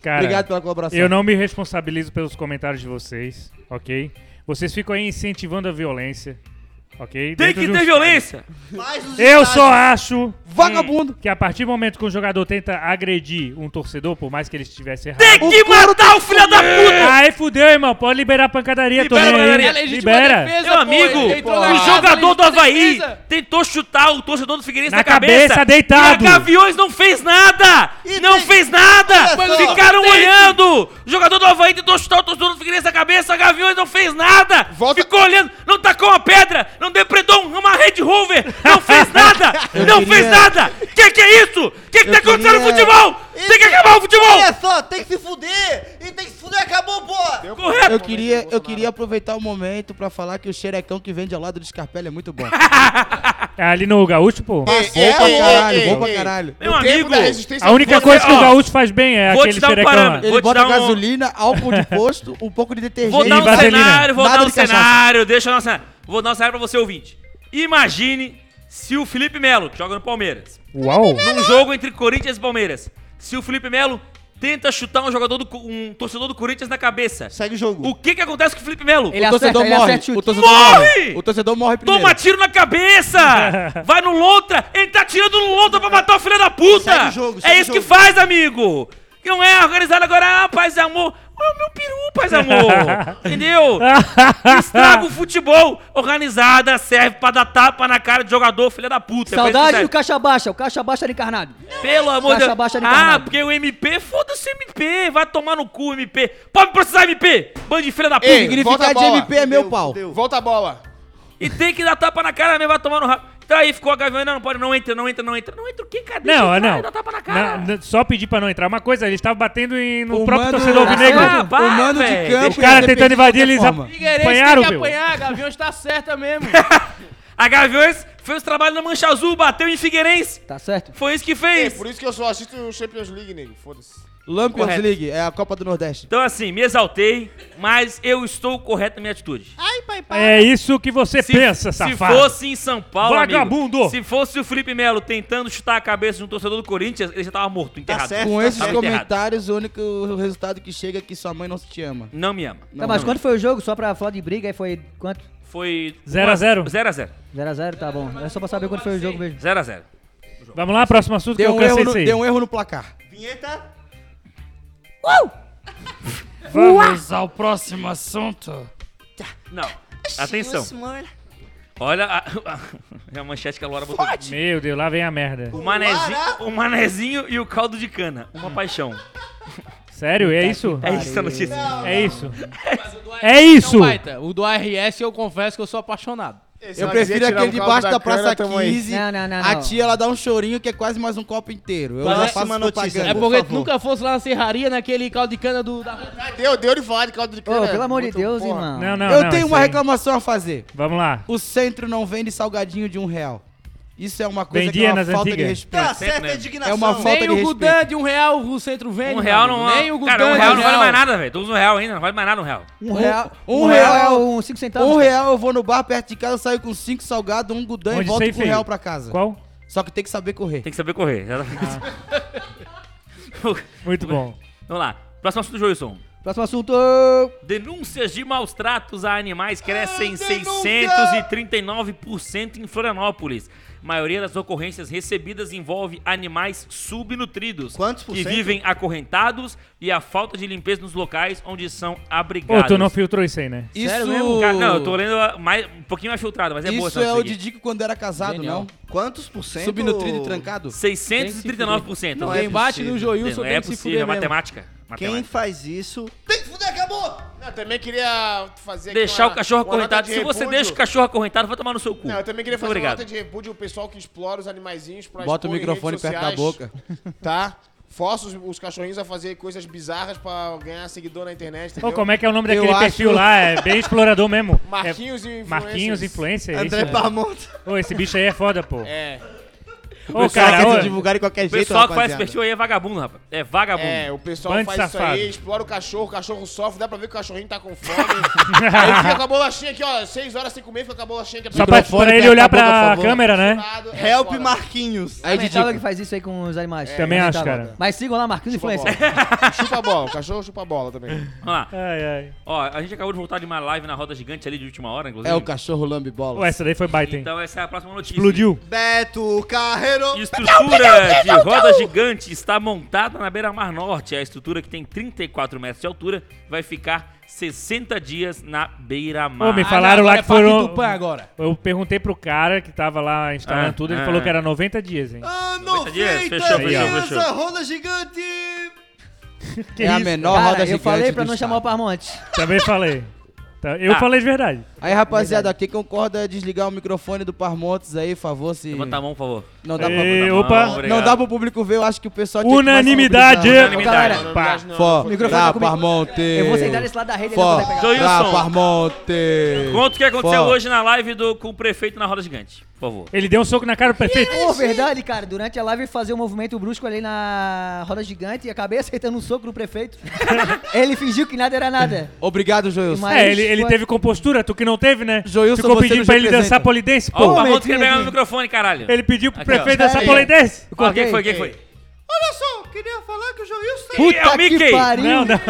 S3: Cara,
S4: Obrigado pela colaboração.
S3: eu não me responsabilizo pelos comentários de vocês, ok? Vocês ficam aí incentivando a violência, ok?
S1: Tem
S3: Dentro
S1: que
S3: de um
S1: ter
S3: estádio.
S1: violência.
S2: Mais os
S3: Eu
S2: estádios.
S3: só acho
S4: Vagabundo.
S3: que a partir do momento que um jogador tenta agredir um torcedor, por mais que ele estivesse errado...
S1: Tem que matar o filho da puta.
S3: Aí fudeu, irmão. Pode liberar a pancadaria,
S1: Libera
S3: tô
S1: a
S3: nem aí.
S1: pancadaria.
S6: É legítima
S3: Libera.
S6: defesa,
S1: Meu
S6: pô,
S1: amigo,
S6: ele entrou na
S1: o
S6: casa,
S1: jogador do
S6: legítima
S1: Havaí
S6: defesa.
S1: tentou chutar o torcedor do Figueirense na,
S3: Na cabeça, deitado.
S1: E a Gaviões não fez nada!
S2: E
S1: não
S2: tem-
S1: fez nada!
S2: Olha só.
S1: Ficaram
S6: Tem-
S1: olhando! O jogador do Havaí tentou chutar o torcedor do Figueirense na cabeça, a Gaviões não fez nada!
S5: Volta-
S1: Ficou olhando, não tacou uma pedra, não depredou um- uma Red Rover, não fez nada!
S4: Eu
S1: não
S4: queria-
S1: fez nada! Que que é isso? Que que tá
S4: Eu
S1: acontecendo no
S4: queria-
S1: futebol?
S2: E
S1: Tem que acabar o futebol!
S2: Olha só, tem que se fuder! E tem que se fuder, acabou, boa!
S1: Correto!
S4: Eu queria, eu queria aproveitar o momento pra falar que o xerecão que vende ao lado do Scarpelli é muito bom.
S3: É Ali no Gaúcho, pô.
S5: É,
S4: Bom pra caralho, bom pra caralho.
S1: Meu
S5: O tempo
S1: amigo,
S5: da resistência é
S3: A única
S1: você-
S3: coisa que
S1: ó,
S3: o Gaúcho faz bem é
S1: vou te
S3: aquele
S1: dar um
S3: xerecão lá.
S1: parâmetro.
S4: Ele
S1: Vou te
S4: bota
S1: dar um-
S4: gasolina, álcool de posto, um pouco de detergente.
S1: Vou dar um
S3: E vaselina.
S1: cenário, vou
S4: Nada
S1: dar um
S4: de cachaça.
S1: cenário, deixa eu dar um cenário. Vou dar um cenário pra você, ouvinte. Imagine se o Felipe Melo, que joga no Palmeiras,
S3: Uau.
S1: num jogo entre Corinthians e Palmeiras, se o Felipe Melo tenta chutar um jogador do, Co- um torcedor do Corinthians na cabeça,
S2: Segue o jogo.
S1: o que que acontece com o Felipe Melo?
S7: Ele
S4: O torcedor
S7: acerta, ele
S4: morre.
S7: acerta o
S4: O
S7: chute.
S4: torcedor
S1: Morre!
S4: morre. O torcedor morre primeiro.
S1: Toma tiro na cabeça! Vai no Lontra! Ele tá tirando no Lontra pra matar o filho da puta!
S2: Segue o jogo, segue
S1: é
S2: o
S1: isso que
S2: jogo.
S1: faz, amigo! Não é organizado agora, ah, paz e amor! Ah, meu peru, paz e amor! Entendeu? Estraga o futebol! Organizada serve pra dar tapa na cara de jogador, filha da puta!
S7: Saudade
S1: Pensa
S7: do caixa baixa, o caixa baixa era encarnado.
S1: sério. Pelo amor de
S7: Caixa
S1: Deus!
S7: baixa de
S1: Ah,
S7: carnado.
S1: porque o MP, foda-se o MP! Vai tomar no cu, MP! Pode processar MP! Bando de filha da puta!
S5: Ei, volta
S4: Significar
S5: a
S4: de
S5: bola.
S4: MP é meu pau.
S5: Volta a bola.
S1: E tem que dar tapa na cara mesmo, vai tomar no rabo. Então aí ficou a Gavião, não, não pode, não entra, não entra, não entra. Não entra o quê, cara? Deixa
S3: Não,
S1: ele vai,
S3: não.
S1: Dá tapa na cara.
S3: Na- na- só pedir pra não entrar. Uma coisa, ele estava batendo em- no
S4: O é assim,
S3: próprio
S4: mando-
S3: torcedor alvinegro.
S1: Ah,
S4: O
S1: pá,
S4: mando de
S1: velho.
S4: campo.
S3: Os caras
S4: ia
S3: tentando
S4: defender
S3: invadir,
S4: de
S3: eles
S4: qualquer forma.
S6: Figueirense
S3: apanharam,
S6: tem que
S3: meu.
S6: é apanhar, Gaviões tá certa mesmo.
S1: A Gaviões fez o trabalho na Mancha Azul, bateu em Figueirense.
S7: Tá certo?
S1: Foi isso que
S5: Ei,
S4: É,
S1: fez.
S5: por isso que eu só assisto o Champions League, nego. Foda-se.
S4: Lampions
S1: Correto.
S4: League, é a Copa do Nordeste.
S1: Então assim, me exaltei, mas eu estou correto na minha atitude.
S3: É isso que você pensa,
S1: se
S3: safado.
S1: fosse em São Paulo, amigo,
S3: Vagabundo!
S1: se fosse o Felipe Melo tentando chutar a cabeça de um torcedor do Corinthians, ele já tava morto, enterrado.
S2: certo,
S4: Com
S2: tá
S4: esses
S1: Tava enterrado.
S4: comentários, o único resultado que chega é que sua mãe não se te ama.
S1: Não me ama.
S7: Tá, mas quanto foi o jogo? Só pra falar de briga, aí foi quanto?
S1: Foi...
S3: Zero a zero.
S1: 0x0.
S7: 0x0, tá bom. É só pra saber quanto foi o jogo mesmo.
S1: 0x0.
S3: Vamos lá, próximo assunto que
S4: Deu um,
S3: eu cansei
S4: erro
S3: disso
S4: no,
S3: aí.
S4: deu um erro no placar.
S2: Vinheta.
S1: Uh!
S8: Vamos ao próximo assunto.
S1: Não. Atenção. Olha a, a, a manchete que a Laura botou.
S3: Meu Deus, lá vem a merda.
S1: O manezinho, o manezinho e o caldo de cana. Uma paixão.
S3: Sério, é isso?
S1: É isso a notícia.
S3: É isso. É isso.
S6: Baita, o do ARS eu confesso que eu sou apaixonado.
S4: Eu prefiro aquele
S5: um
S4: debaixo da Praça 15.
S7: Não, não, não,
S4: A
S7: não.
S4: tia, ela dá um chorinho que é quase mais um copo inteiro. Eu
S2: Próxima
S4: já faço
S2: notícia.
S4: propaganda.
S6: É
S2: Por
S6: porque tu
S2: favor.
S6: nunca fosse lá na serraria, naquele caldo de cana do... Da...
S5: Ah, Deu, deu de falar de caldo de
S7: Ô,
S5: cana.
S7: pelo amor de
S5: Muito
S7: Deus,
S5: porra.
S7: irmão.
S3: Não, não,
S4: eu
S3: não,
S4: tenho
S3: isso
S4: uma
S3: aí-
S4: reclamação a fazer.
S3: Vamos lá.
S4: O centro não vende salgadinho de um real. Isso é uma coisa que
S3: Vendia
S4: é uma
S3: nas
S4: falta de
S3: antigas.
S4: respeito.
S2: Tá
S1: Sempre,
S2: certa
S1: né?
S2: a indignação.
S4: É uma falta
S6: Nem
S4: de
S6: o
S4: respeito.
S6: Gudan de um real o centro vende.
S1: Um real
S6: mano.
S1: não
S6: Nem o Gudan
S1: Cara, um
S6: de
S1: real não vale mais nada, velho. Tô usando um real ainda, não vale mais nada um real.
S4: Um real,
S7: Um real, um cinco centavos.
S4: Um
S7: cara.
S4: real, eu vou no bar perto de casa, saio com cinco salgados, um gudão e
S3: Onde
S4: volto
S3: isso aí,
S4: com um real
S3: filho?
S4: pra casa.
S3: Qual?
S4: Só que tem que saber correr.
S1: Tem que saber correr.
S6: Ah.
S3: Muito bom.
S1: Vamos lá. Próximo assunto, Joilson.
S7: Próximo assunto.
S1: Denúncias de maus tratos a animais crescem 639% em Florianópolis. A maioria das ocorrências recebidas envolve animais subnutridos.
S2: Quantos por
S1: Que
S2: cento?
S1: vivem acorrentados e a falta de limpeza nos locais onde são
S3: Ô,
S1: abrigados.
S3: tu não filtrou isso aí, né?
S4: Isso,
S1: Cara, não, eu tô lendo a- mais, um pouquinho mais filtrado, mas é boa
S4: isso
S1: essa
S4: é o
S1: aqui.
S4: Didico quando era casado,
S6: Genial.
S4: não?
S2: Quantos por cento?
S4: Subnutrido e trancado?
S1: 639%.
S2: Não,
S6: Quem
S2: é
S6: bate no
S2: possível.
S6: Joilson
S1: Não
S6: tem
S1: é
S6: que se
S1: possível, é
S6: fuder mesmo.
S1: matemática.
S2: Quem
S1: matemática.
S2: faz isso... Tem que fuder, acabou!
S5: Não, eu também queria fazer aqui
S1: Deixar
S5: uma-
S1: o cachorro
S5: uma nota
S1: acorrentado.
S5: de
S1: Se você
S5: repúdio.
S1: deixa o cachorro acorrentado, vai tomar no seu cu.
S5: Não, eu também queria
S1: Muito
S5: fazer uma
S1: obrigado.
S5: nota de repúdio ao pessoal que explora os animaizinhos pra
S4: Bota o
S5: expor em
S4: microfone
S5: redes
S4: perto da
S5: sociais,
S4: boca.
S5: Tá? Força os, os cachorrinhos a fazer coisas bizarras pra ganhar seguidor na internet, entendeu?
S3: Ô, como é que é o nome
S4: Eu
S3: daquele
S4: acho-
S3: perfil lá? É bem explorador mesmo.
S5: Marquinhos e
S3: é... Marquinhos Influencer. é isso?
S2: André Parmonte.
S3: Ô, esse bicho aí é foda, pô.
S5: É,
S3: Ô,
S4: Os caras
S3: cara,
S4: querem
S3: ô,
S4: se divulgar de qualquer
S1: O
S4: jeito,
S1: pessoal que faz esse
S4: rapaziada.
S1: perfil aí é vagabundo, rapaz. É vagabundo.
S5: é, o pessoal
S3: Bando
S5: faz
S3: Tá safado.
S5: isso aí, explora o cachorro, o cachorro sofre, dá pra ver que o cachorrinho tá com fome. aí fica com a bolachinha aqui, ó, seis horas sem comer, fica com a bolachinha aqui.
S3: só pra,
S4: Microfone
S3: pra ele
S4: perto da
S3: olhar
S4: boca, por
S3: pra
S4: favor.
S3: câmera, né?
S5: Lado, é
S2: Help
S5: foda.
S2: Marquinhos.
S4: Aí,
S7: Lamentável que
S4: Didico,
S7: faz isso aí com os animais.
S3: É, Também acho,
S7: Lamentável.
S3: cara.
S7: Mas sigam lá, Marquinhos
S5: Chupa a
S7: Influencer.
S5: bola. chupa a bola, o cachorro chupa a bola também.
S1: Vamos lá.
S3: Ai, ai.
S1: Ó, a gente acabou de voltar de uma live na roda gigante ali de última hora, inclusive.
S4: É o cachorro lambe bola.
S3: Ô, essa daí foi baita, hein?
S1: Então essa é a próxima notícia.
S3: Explodiu.
S2: Beto Carreiro.
S1: Estrutura de roda gigante está montada na beira-mar norte. A estrutura que tem 34 metros de altura vai ficar 60 dias na
S3: Ô, me
S1: beira-mar.
S3: falaram
S6: agora
S3: lá
S6: é
S3: que
S6: Parque
S3: foram...
S6: do Pan agora.
S3: Eu perguntei pro cara que tava lá instalando
S1: Ah,
S3: tudo, ele
S1: ah,
S3: falou que
S1: ah.
S3: era 90 dias, hein?
S2: Ah,
S1: 90
S2: 90
S1: dias, fechou,
S3: fechou,
S2: dias,
S1: fechou.
S2: a roda gigante.
S3: Que
S4: É a
S3: isso?
S4: menor roda
S7: Cara, eu
S4: gigante
S7: falei pra
S4: do
S7: não
S4: estado.
S7: chamar o Parmonte.
S3: Também falei. Tá, Eu
S1: Ah.
S3: falei de verdade.
S4: Aí, rapaziada, quem concorda é desligar o microfone do Parmontes aí, por favor, se...
S1: Levanta a mão, por favor.
S4: Não dá pra...
S3: E,
S1: Não,
S3: opa,
S1: obrigado.
S4: Não dá pro público ver, eu acho que o pessoal... tinha que mais
S3: unanimidade!
S4: valorizar.
S1: Unanimidade.
S3: Pá.
S4: Fó,
S7: Microfone
S4: dá,
S7: comigo.
S4: Parmonte.
S7: Eu vou sentar desse lado da rede e ele não
S4: Fó,
S7: vai pegar.
S1: tá Joilson.
S4: dá, Parmonte.
S1: Conta o que aconteceu
S4: Fó.
S1: hoje na live do, com o prefeito na roda gigante, por favor.
S3: Ele deu um soco na cara do prefeito.
S7: Pô, verdade, cara. Durante a live fazer um movimento brusco ali na roda gigante e acabei aceitando um soco do prefeito. ele fingiu que nada era nada.
S4: Obrigado, Joilson.
S7: Mas-
S3: É, ele, ele
S7: foi-
S3: teve compostura, tu que não teve, né?
S4: Joilson,
S3: Ficou
S4: você
S3: pedindo
S4: nos
S3: pra ele dançar
S4: representa.
S3: polidense,
S1: Ó, o
S3: pô.
S1: Marmontes quer pegar no
S7: aqui.
S1: microfone, caralho.
S3: Ele pediu pro
S1: Aqui,
S3: prefeito
S1: ó.
S3: dançar
S4: Peraí.
S3: polidense.
S1: Ó, quem foi? Quem
S4: Ei.
S1: foi?
S2: Olha só, queria falar que o Joilson...
S1: Quem é o Mickey!
S7: Tá pariu.
S3: Não, não.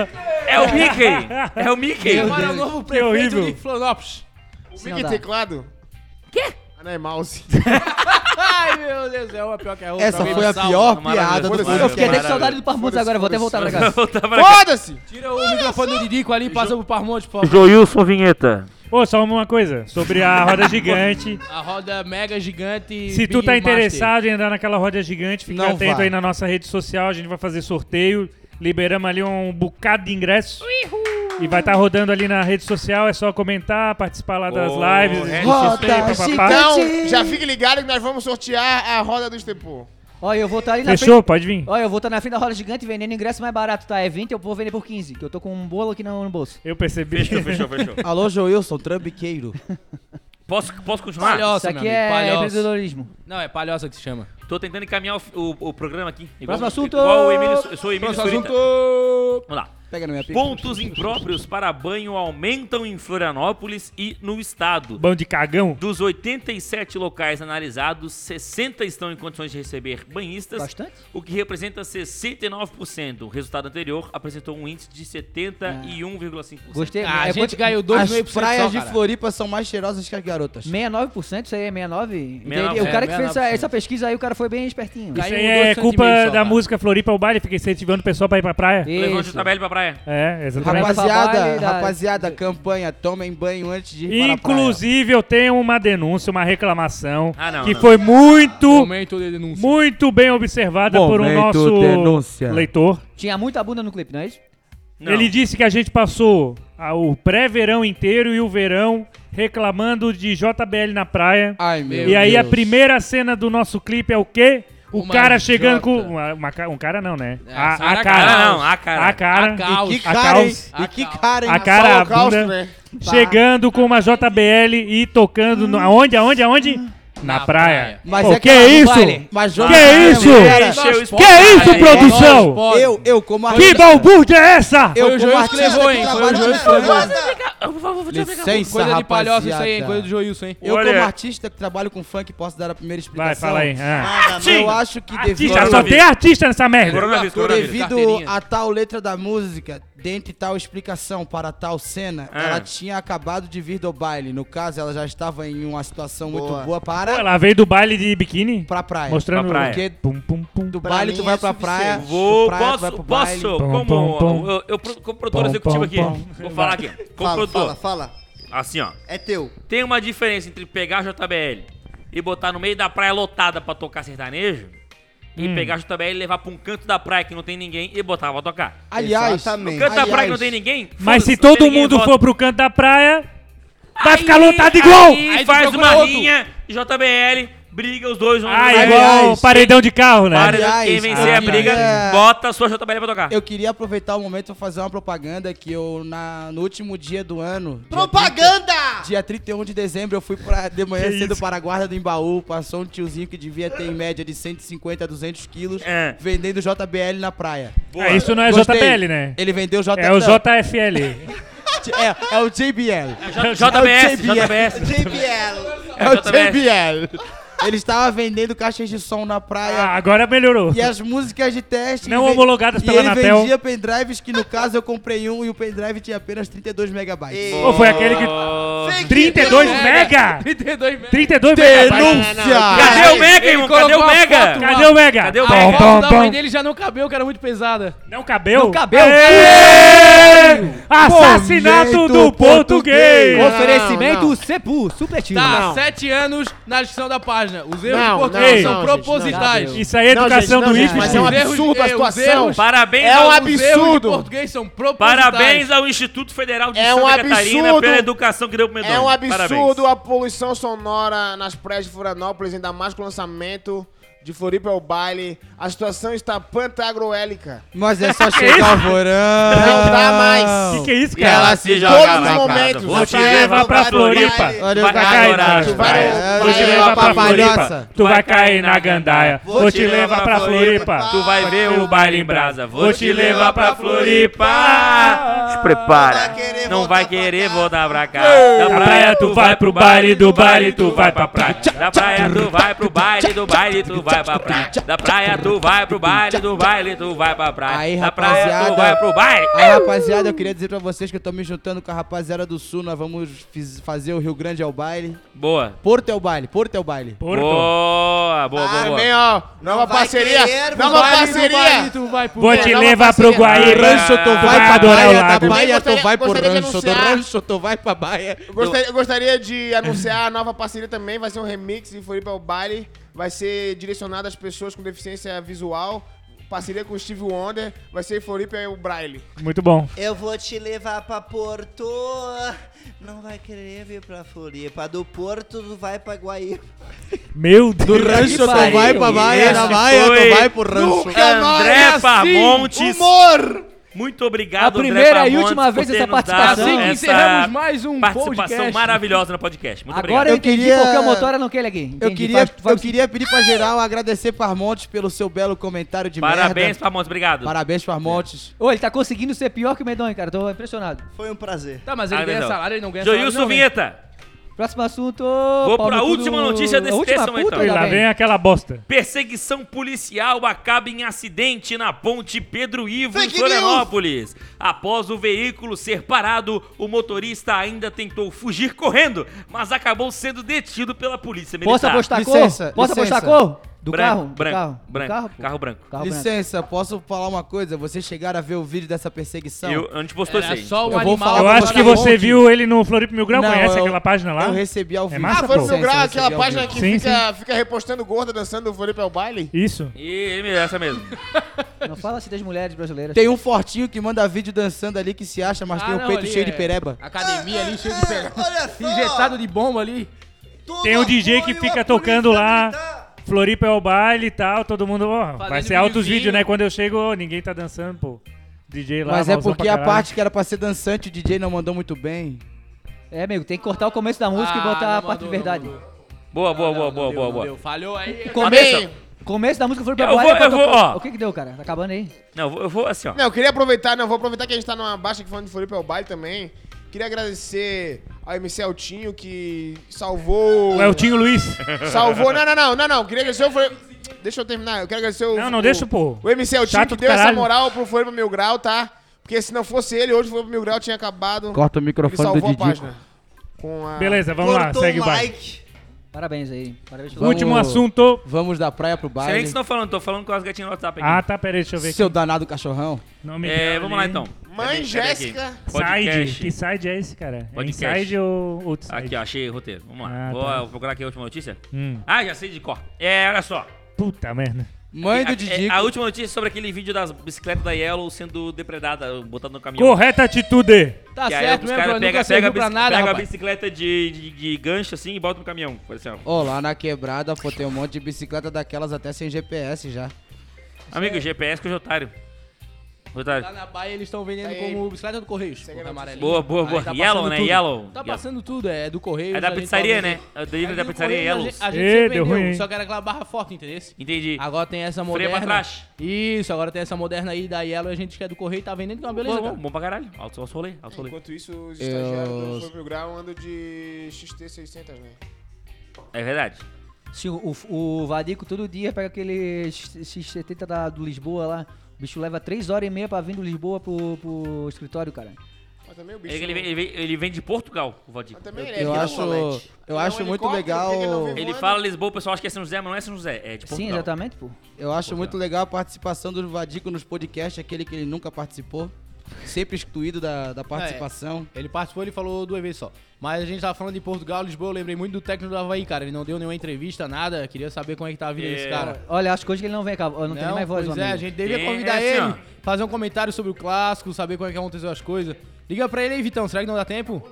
S1: É o Mickey! É o Mickey!
S6: Agora é o novo
S3: horrível.
S6: prefeito de Florianópolis.
S2: é
S5: O
S7: não
S5: Mickey
S7: dá.
S5: teclado? Quê? Ah, não, é mouse.
S6: Ai, meu Deus, é uma pior que a outra.
S4: Essa
S6: Alguém
S4: foi a
S6: salva.
S4: pior
S1: maravilha.
S4: piada do
S5: Foda-se.
S4: podcast.
S7: Eu fiquei até com saudade do Parmontes agora, vou até voltar pra cá.
S1: Voltar pra cá.
S5: Foda-se!
S6: Tira o microfone do Didico ali e passa pro Parmonte, por favor.
S1: Joilson Vinheta.
S3: Ô, só uma coisa, sobre a roda gigante.
S6: A roda mega gigante.
S3: Se tu
S6: Big
S3: tá
S6: Master.
S3: interessado em andar naquela roda gigante, fica
S4: Não
S3: atento
S4: vai.
S3: aí na nossa rede social, a gente vai fazer sorteio. Liberamos ali um bocado de ingresso. E vai estar rodando ali na rede social, é só comentar, participar lá das
S1: Ô,
S3: lives.
S1: rede
S3: do
S7: social.
S3: sorteio,
S7: Roda
S3: papapá.
S7: gigante.
S5: Então, já fique ligado que nós vamos sortear a roda do Estepô.
S7: Olha, eu vou estar ali na
S3: Fechou? Pode vir.
S7: frente. Olha, eu vou estar na frente da roda gigante vendendo ingresso mais barato, tá? É 20, eu vou vender por 15, que eu tô com um bolo aqui no, no bolso.
S3: Eu percebi.
S1: Fechou, fechou, fechou.
S4: Alô, Joilson, trambiqueiro.
S1: Posso, posso continuar?
S6: Palhoça,
S7: Isso aqui
S6: meu amigo,
S7: é
S6: palhoça.
S7: empreendedorismo.
S6: Não, é palhoça que se chama.
S1: Tô tentando encaminhar o, o- o programa aqui. Igual,
S7: Próximo assunto.
S1: Igual o Emílio, eu sou o Emílio
S6: Próximo
S1: Surita.
S6: assunto.
S1: Vamos lá.
S4: Pega na minha pica.
S1: Pontos impróprios para banho aumentam em Florianópolis e no estado.
S3: Bão de cagão.
S1: Dos 87 locais analisados, 60 estão em condições de receber banhistas,
S7: Bastante.
S1: o que representa 69%. O resultado anterior apresentou um índice de 71,5%.
S7: Gostei.
S6: Ah, a
S7: é
S6: gente ganhou
S4: As
S6: 2,5% só,
S4: praias de
S6: cara.
S4: Floripa são mais cheirosas que as garotas.
S7: 69%, isso aí é 69? Entendi.
S1: 69,
S7: o cara que
S6: é,
S7: fez essa,
S6: 69%.
S7: essa pesquisa aí, o cara foi bem espertinho.
S3: Isso
S6: Caiu
S3: aí
S6: um
S3: é
S6: dois
S3: culpa
S6: centímetros só,
S3: da
S6: cara.
S3: música Floripa ao baile, fica incentivando o pessoal pra ir pra praia.
S1: Levante o
S7: Isso.
S1: trabalho pra praia.
S3: É, exatamente.
S7: Rapaz,
S4: Rapaziada,
S7: Trabalho da-
S4: rapaziada, campanha, tomem banho antes de ir
S3: Inclusive, eu tenho uma denúncia, uma reclamação,
S1: Ah, não,
S3: que
S1: não.
S3: foi muito,
S6: Momento de denúncia.
S3: muito bem observada por um
S4: Momento
S3: nosso
S4: denúncia.
S3: leitor.
S7: Tinha muita bunda no clipe, não é isso?
S1: Não.
S3: Ele disse que a gente passou a- o pré-verão inteiro e o verão reclamando de JBL na praia.
S4: Ai, meu
S3: e aí a
S4: Deus.
S3: primeira cena do nosso clipe é o quê? O
S6: Uma
S3: cara chegando
S6: Jota.
S3: com. uma- uma ca- um cara não, né?
S6: É,
S3: a, a
S6: Sarah
S3: cara.
S6: Caos.
S1: Ah, Não, a cara.
S3: A cara.
S6: A Caos.
S4: Que
S3: A
S4: cara, hein?
S3: Caos.
S4: E que cara, hein?
S3: A cara, a
S5: Saulo Castro,
S3: bunda,
S5: né?
S3: chegando com uma JBL e tocando no, aonde, aonde, aonde? Na,
S6: Na
S3: praia.
S6: praia.
S4: Mas
S3: Pô,
S4: é
S3: que
S4: aquela do
S3: isso?
S4: baile. Mas é joga
S3: Que
S4: mesmo,
S3: isso?
S4: cara.
S1: Encheu o
S3: Que
S1: esporte.
S3: isso,
S6: Aí, nós
S3: produção?
S6: pode-
S4: Eu, eu como
S3: Que
S4: artista...
S3: balbúrdia é essa?
S4: Eu
S6: Foi o Joilson
S4: como
S6: que
S4: artista
S6: levou,
S4: que
S6: hein? Foi o
S4: trabalho-
S6: Joilson que levou.
S1: Por favor, deixa eu pegar.
S4: Licença,
S6: Coisa de palhoça isso aí, hein?
S4: rapaziada.
S6: Coisa do Joilson, hein?
S4: Eu,
S1: Olha.
S4: como artista que trabalho com funk, posso dar a primeira explicação.
S3: Vai, fala aí. Ah.
S4: Eu acho que devido,
S3: Artista, só tem artista nessa merda.
S1: Coronavírus, coronavírus.
S4: devido
S6: Carteirinha.
S4: a tal letra da música, dentre tal explicação para tal cena,
S1: Ah.
S4: ela tinha acabado de vir do baile. No caso, ela já estava em uma situação muito
S2: Boa.
S4: boa para
S3: Ela veio do baile de biquíni,
S4: pra praia.
S3: mostrando...
S1: Pra praia.
S4: Porque
S3: Pum, pum, pum.
S4: do
S2: Pra
S4: baile
S2: mim
S4: tu vai
S2: é
S4: pra praia,
S2: suficiente.
S1: Vou,
S4: do praia tu vai
S1: posso,
S4: pro
S1: posso,
S4: baile.
S3: Pom,
S1: como,
S3: pom, pom.
S1: Eu, eu, como produtor
S3: Pom,
S1: executivo
S3: pom,
S1: aqui,
S3: pom.
S1: vou falar aqui, como
S2: Fala,
S1: produtor,
S2: fala, fala.
S1: assim ó,
S2: É teu.
S1: tem uma diferença entre pegar a JBL e botar no meio da praia lotada pra tocar sertanejo, e
S3: Hum.
S1: pegar a JBL e levar pra um canto da praia que não tem ninguém e botar pra tocar.
S4: Aliás,
S2: Exatamente.
S1: Canto da
S4: Aliás,
S1: praia que não tem ninguém,
S3: Mas
S1: foda-se,
S3: se
S1: não tem
S3: todo
S1: ninguém,
S3: mundo
S1: bota.
S3: for pro canto da praia, vai
S1: Aí-
S3: ficar lotado igual.
S1: Aí,
S6: Aí tu
S1: faz
S6: procura
S1: uma
S6: outro.
S1: rinha, JBL, briga os dois. um
S3: Ah,
S1: no-
S3: igual é.
S4: Aliás,
S3: paredão de carro, né?
S1: Para,
S4: Aliás,
S1: quem vencer
S3: eu
S1: a briga,
S4: queria-
S1: bota a sua JBL pra tocar.
S4: Eu queria aproveitar o momento pra fazer uma propaganda que eu, na, no último dia do ano... dia
S2: Propaganda!
S4: Dia 31 de dezembro eu fui pra, de manhã
S3: Que
S4: cedo
S3: isso?
S4: para a guarda do Embaú, passou um tiozinho que devia ter em média de 150 a 200 quilos,
S1: É.
S4: vendendo JBL na praia.
S3: Ah, isso não é
S4: Gostei.
S3: JBL, né?
S4: Ele vendeu JBL.
S3: É o JFL.
S4: É, é o JBL.
S1: JBS,
S4: É o
S1: JBS.
S2: JBL.
S4: É o
S1: JBL.
S4: JBL. Ele estava vendendo caixas de som na
S3: Ah,
S4: praia.
S3: agora melhorou.
S4: E as músicas de teste.
S3: Não
S4: e ven-
S3: homologadas
S4: e
S3: pela
S4: ele
S3: Anatel.
S4: vendia pendrives, que no caso eu comprei um e o pendrive tinha apenas 32 megabytes.
S2: Ei.
S3: Ou foi aquele que...
S2: Fake
S3: 32
S2: news.
S3: mega!
S6: 32 metros.
S3: 32 mega!
S4: Denúncia!
S1: Cadê o Mega,
S6: Ele
S1: irmão?
S6: colocou
S1: Cadê o
S6: a
S1: Mega?
S6: foto lá.
S3: Cadê o mega?
S1: Cadê o
S6: A
S1: Mega?
S6: foto da mãe dele já não cabeu, que era muito pesada.
S3: Não cabeu?
S7: Não cabeu.
S3: Ê! Assassinato do
S4: Momento
S3: português!
S5: português.
S7: Oferecimento
S5: não, não.
S7: Cepu, super time.
S6: Tá,
S5: Não.
S6: sete anos na edição da página. Os erros
S5: Não,
S6: de
S3: não,
S6: português são
S5: não, gente,
S6: propositais.
S5: não,
S3: Isso aí é
S5: Não,
S3: educação
S5: gente, não,
S3: do
S5: gente,
S3: IFES.
S5: mas é um
S6: Os erros-
S5: absurdo a
S6: eh, os
S5: situação.
S6: erros-
S1: Parabéns,
S5: É um
S1: ao,
S5: absurdo.
S6: Os erros de português são propositais.
S1: parabéns ao Instituto Federal de
S5: É um
S1: Santa Catarina
S5: absurdo.
S1: pela educação que deu pro Medonho.
S5: É um absurdo
S1: Parabéns.
S5: a poluição sonora nas praias de Florianópolis, ainda mais com o lançamento de Floripa ao baile. A situação está pantagruélica.
S4: Mas é só chegar ao vorão.
S5: Não dá mais.
S3: Que que é isso,
S5: Ela
S3: cara?
S5: se joga todos os lá, momentos.
S1: Vou te
S5: Vai
S1: levar pra
S3: pra
S1: Floripa.
S3: Floripa.
S4: Olha
S1: Vai
S4: o
S1: cair na
S4: cacarado.
S1: gandaia.
S5: Vai-
S1: Vou te
S5: vai
S1: levar pra
S5: pra
S1: Floripa.
S4: palhoça.
S3: Tu vai cair na gandaia. Vou te levar pra Floripa.
S1: Tu vai ver o baile em brasa. Vou te levar pra Floripa. Se
S2: Vai
S1: prepara.
S2: querer
S1: Não vai
S2: voltar pra
S1: querer
S2: cá.
S1: voltar pra cá. Da praia tu vai pro baile, do baile tu vai pra praia. Da praia tu vai pro baile, do baile tu vai pra praia. Da praia tu vai pro baile, do baile tu vai pra praia.
S4: Aí,
S1: Da praia tu
S4: rapaziada.
S1: vai pro baile.
S4: Aí, rapaziada, eu queria dizer pra vocês que eu tô me juntando com a rapaziada do Sul. Nós vamos fiz- fazer o Rio Grande ao baile.
S1: Boa.
S4: Porto é o baile, Porto é o baile.
S3: Porto.
S1: Boa, boa, boa, boa.
S5: Também, Ah, ó, nova
S2: vai
S5: parceria.
S2: querer,
S5: nova
S2: vai,
S5: parceria.
S6: Tu vai pro
S3: Vou
S5: É,
S3: te
S5: não,
S3: levar
S5: mas
S3: pro
S5: assim,
S3: Guaíba.
S4: rancho tu
S3: Tu
S4: vai
S3: vai
S4: pra
S3: adorar o
S4: baia, da
S3: lago.
S4: baia tu
S5: Gostaria-
S4: vai pro
S5: gostaria de
S4: rancho, do
S5: anunciar-
S4: rancho tu vai pra baia.
S5: Eu gostaria, eu gostaria de anunciar a nova parceria também. Vai ser um remix de Floripa ao baile. Vai ser direcionado às pessoas com deficiência visual. Parceria com o Steve Wonder. Vai ser Floripa e o Braille.
S3: Muito bom.
S2: Eu vou te levar pra Porto. Não vai querer vir pra Floripa. Do Porto tu vai pra Guaípa.
S3: Meu Deus.
S4: Do rancho tu
S7: pariu.
S4: vai pra baia, da
S1: Esse
S4: baia
S1: foi-
S4: tu vai pro
S6: É
S4: rancho.
S1: André
S6: assim,
S1: Parmontes.
S4: Humor!
S1: Muito obrigado,
S7: A primeira
S1: André
S7: e última
S1: Parmontes,
S7: vez
S1: por ter
S7: essa
S1: nos dado
S7: participação.
S6: Assim que
S1: essa
S6: encerramos mais um
S1: participação
S6: podcast.
S1: maravilhosa no podcast. Muito
S7: Agora é eu
S1: obrigado.
S7: entendi
S4: queria-
S7: por que o motora não quer ele aqui. Entendi,
S4: Eu queria,
S7: faz-
S4: eu
S7: faz-
S4: queria pedir pra geral agradecer Parmontes pelo seu belo comentário de
S1: Parabéns,
S4: merda.
S1: Parmontes, obrigado.
S4: Parabéns, Parmontes.
S7: Ô, ele tá conseguindo ser pior que o Medonho, cara. Tô impressionado.
S2: Foi um prazer.
S6: Tá, mas ele
S1: Agradeço.
S6: ganha salário, ele não ganha salário.
S1: Joilson
S6: não, né?
S1: Vinheta.
S7: Próximo assunto.
S1: Vou
S7: pau
S1: pra
S7: no cu
S1: última
S7: do-
S1: notícia desse
S7: a última
S1: texto,
S7: puta tá
S1: então.
S3: E
S7: da
S3: lá vem
S7: velha.
S3: aquela bosta.
S1: Perseguição policial acaba em acidente na ponte Pedro Ivo, em
S2: Fake
S1: Florianópolis. Após o veículo ser parado, o motorista ainda tentou fugir correndo, mas acabou sendo detido pela polícia militar.
S7: Posso apostar cor?
S4: Licença,
S7: Posso apostar
S4: licença.
S7: cor? Do
S1: branco,
S7: carro? do
S1: branco,
S7: carro, do
S1: branco,
S7: carro, pô.
S1: carro branco.
S7: Carro branco.
S4: Licença, posso falar uma coisa? Vocês chegaram a ver o vídeo dessa perseguição?
S1: Eu, a gente postou isso
S6: Era
S1: aí.
S6: só o
S4: Eu vou
S6: animal.
S4: falar
S3: Eu
S4: agora
S3: acho que
S4: é
S3: você
S4: ontem.
S3: viu ele no Floripa Mil Grau,
S4: Não,
S3: conhece
S4: eu-
S3: aquela página lá?
S4: Eu recebi ao
S3: É
S4: vivo.
S3: massa,
S5: Ah, foi no
S3: pô.
S5: meu grau,
S4: Licença,
S5: aquela
S4: eu recebi ao
S5: página
S4: vivo.
S5: que
S3: Sim,
S5: fica, fica repostando gorda dançando o Floripa é o baile.
S3: Isso.
S1: E ele me essa mesmo.
S7: Não fala assim das mulheres brasileiras.
S4: Tem um fortinho que manda vídeo dançando ali que se acha, mas
S6: Ah,
S4: tem um
S6: não,
S4: peito
S6: ali
S4: cheio
S6: é-
S4: de pereba.
S6: Academia ali, cheio de
S2: É,
S6: pé.
S2: olha só.
S6: Injetado de bomba ali.
S2: Todo
S3: Tem um DJ que
S2: apoio
S3: fica
S2: à
S3: tocando
S2: polícia
S3: lá.
S2: militar.
S3: Floripa é o baile e tal, todo mundo. ó, vai
S6: Fazendo
S3: ser altos
S6: videozinho.
S3: vídeos, né? Quando eu chego, ó, ninguém tá dançando, pô. DJ lá.
S4: Mas é
S3: mauzão
S4: porque
S3: pra
S4: a
S3: caralho.
S4: parte que era pra ser dançante, o DJ não mandou muito bem.
S7: É, amigo, tem que cortar o começo da música e
S6: Ah,
S7: botar a
S6: não
S7: parte de
S6: mandou,
S7: verdade.
S6: não mandou.
S1: Boa, boa,
S6: Não,
S1: boa,
S6: não
S1: boa,
S6: deu,
S1: boa,
S6: não
S1: boa.
S6: deu. Falhou aí.
S7: Começo,
S1: Atenção.
S7: começo da música foi pra
S1: Eu
S7: baile.
S1: vou-
S7: pra
S1: eu vou,
S7: tocar.
S1: ó.
S7: O que que deu, cara? Tá acabando aí.
S1: Não, eu vou- eu vou assim, ó.
S5: Não, eu queria aproveitar, não, vou aproveitar que a gente tá numa baixa que falando de Floripa é o baile também. Queria agradecer ao MC Altinho que salvou.
S3: O Eltinho Luiz.
S4: Ah.
S5: Salvou. Não, não, não, não, não. Queria agradecer o Floripa. Deixa eu terminar. Eu quero agradecer o.
S3: Não, não,
S5: o-
S3: deixa, pô.
S5: O MC Altinho
S3: Chato
S5: que
S3: do
S5: deu essa
S3: caralho.
S5: moral pro Floripa Mil Grau, tá? Porque se não fosse ele, hoje o Floripa Mil Grau tinha acabado.
S4: Corta é o
S5: Ele
S4: microfone do
S5: salvou a
S4: Didi.
S5: página. Com a...
S3: Beleza, vamos lá,
S2: Cortou
S3: segue o
S2: o
S3: baile.
S2: Mike.
S7: Parabéns aí. Parabéns pelo
S4: Vamos-
S3: Último assunto.
S4: Vamos da praia pro
S1: Sei nem que
S4: baile.
S6: tá
S1: vocês estão falando, tô falando com as gatinhas no WhatsApp aqui.
S3: Ah, tá, peraí, deixa eu ver.
S4: Seu
S3: Aqui.
S4: danado cachorrão.
S3: Nome
S1: É,
S3: dela
S1: vamos lá
S3: ali.
S1: então. Cadê-
S5: Mãe
S1: cadê
S5: Jéssica.
S1: aqui?
S3: Side. Que
S1: Podcast.
S3: side é esse, cara? É
S1: Podcast.
S3: inside ou outside?
S1: Aqui, ó, achei o roteiro. Vamos lá.
S3: Ah,
S1: vou
S3: tá.
S1: vou procurar aqui a última notícia.
S3: Hum.
S1: Ah, já sei de cor. É, olha só.
S3: Puta merda.
S4: Mãe
S1: a,
S4: do
S1: é,
S4: Didi.
S1: a última notícia é sobre aquele vídeo das bicicletas da Yellow sendo depredada, botada no caminhão.
S3: Correta atitude.
S6: Tá
S1: Que aí
S6: certo
S1: os caras
S6: mesmo, Bruno.
S1: pegam
S6: Nunca
S1: pega, a
S6: serviu
S1: bici-
S6: pra nada,
S1: pega a
S6: rapaz. Tá
S1: bicicleta de, de- de gancho assim e bota no caminhão. Faz assim, ó.
S4: Ó, lá na quebrada, pô, tem um monte de bicicleta daquelas até sem GPS já.
S1: Amigo, GPS que eu já otário.
S6: Lá
S1: Otário.
S6: Tá na Bahia eles estão vendendo
S5: Aí.
S6: como bicicleta do Correios.
S5: Segue a
S6: porra, amarelinha.
S1: Boa, boa,
S6: Aí
S1: boa.
S6: tá passando
S1: yellow, né?
S6: tudo.
S1: Yellow.
S6: Tá
S1: Yellow.
S6: passando tudo, é do Correios.
S1: É da
S6: a gente
S1: pizzaria,
S6: tava
S1: né?
S6: vendendo.
S1: É o delivery
S6: Aí
S1: da
S6: do
S1: pizzaria
S6: Correios
S1: Yellow.
S6: A gente, a gente
S3: Ê,
S6: sempre
S3: deu
S6: vendeu,
S3: ruim, hein?
S6: só que era aquela barra forte, entendeu?
S1: Entendi.
S6: Agora tem essa
S1: Freia pra
S6: moderna.
S1: trás.
S6: Isso, agora tem essa moderna aí da Yellow, a gente que é do Correio tá vendendo, que é uma beleza,
S1: bom, bom,
S6: cara.
S1: bom pra caralho. Alto, alto rolê, alto rolê.
S5: Enquanto isso, os estagiários do Floripa Mil Grau andam de XT600, né?
S1: É verdade.
S7: Sim, o, o Vadico todo dia pega aquele X70 da, do Lisboa lá. O bicho leva 3 horas e meia pra vir do Lisboa pro, pro escritório, cara.
S5: Mas também o bicho.
S1: Ele, É ele, vem, ele, vem, ele vem de Portugal, o Valdir.
S5: mas também ele é
S4: Eu
S5: vilão,
S4: acho,
S5: Alex. É
S4: eu
S5: um
S4: acho muito
S5: helicóptero,
S4: legal.
S5: por que que ele não vem
S1: Ele
S5: voando?
S1: fala Lisboa, o pessoal acha que é São José, mas não é São José, é de Portugal.
S7: Sim, exatamente, pô.
S4: Eu acho muito legal a participação do Vadico nos podcasts, aquele que ele nunca participou. Sempre excluído da,
S6: É.
S4: da participação.
S6: Ele participou, ele falou duas vezes só. Mas a gente tava falando de Portugal, Lisboa, eu lembrei muito do técnico do Havaí, cara. Ele não deu nenhuma entrevista, nada. Queria saber como é que tá a vida desse
S1: É.
S6: cara.
S7: Olha, acho que hoje que ele não vem, cara. Eu não, tenho mais voz,
S6: pois
S7: meu
S6: é, a
S7: amigo.
S6: gente devia
S1: É,
S6: convidar
S1: assim,
S6: ele,
S1: ó.
S6: fazer um comentário sobre o clássico, saber como é que aconteceu as coisas. Liga pra ele aí, Vitão, será que não dá tempo?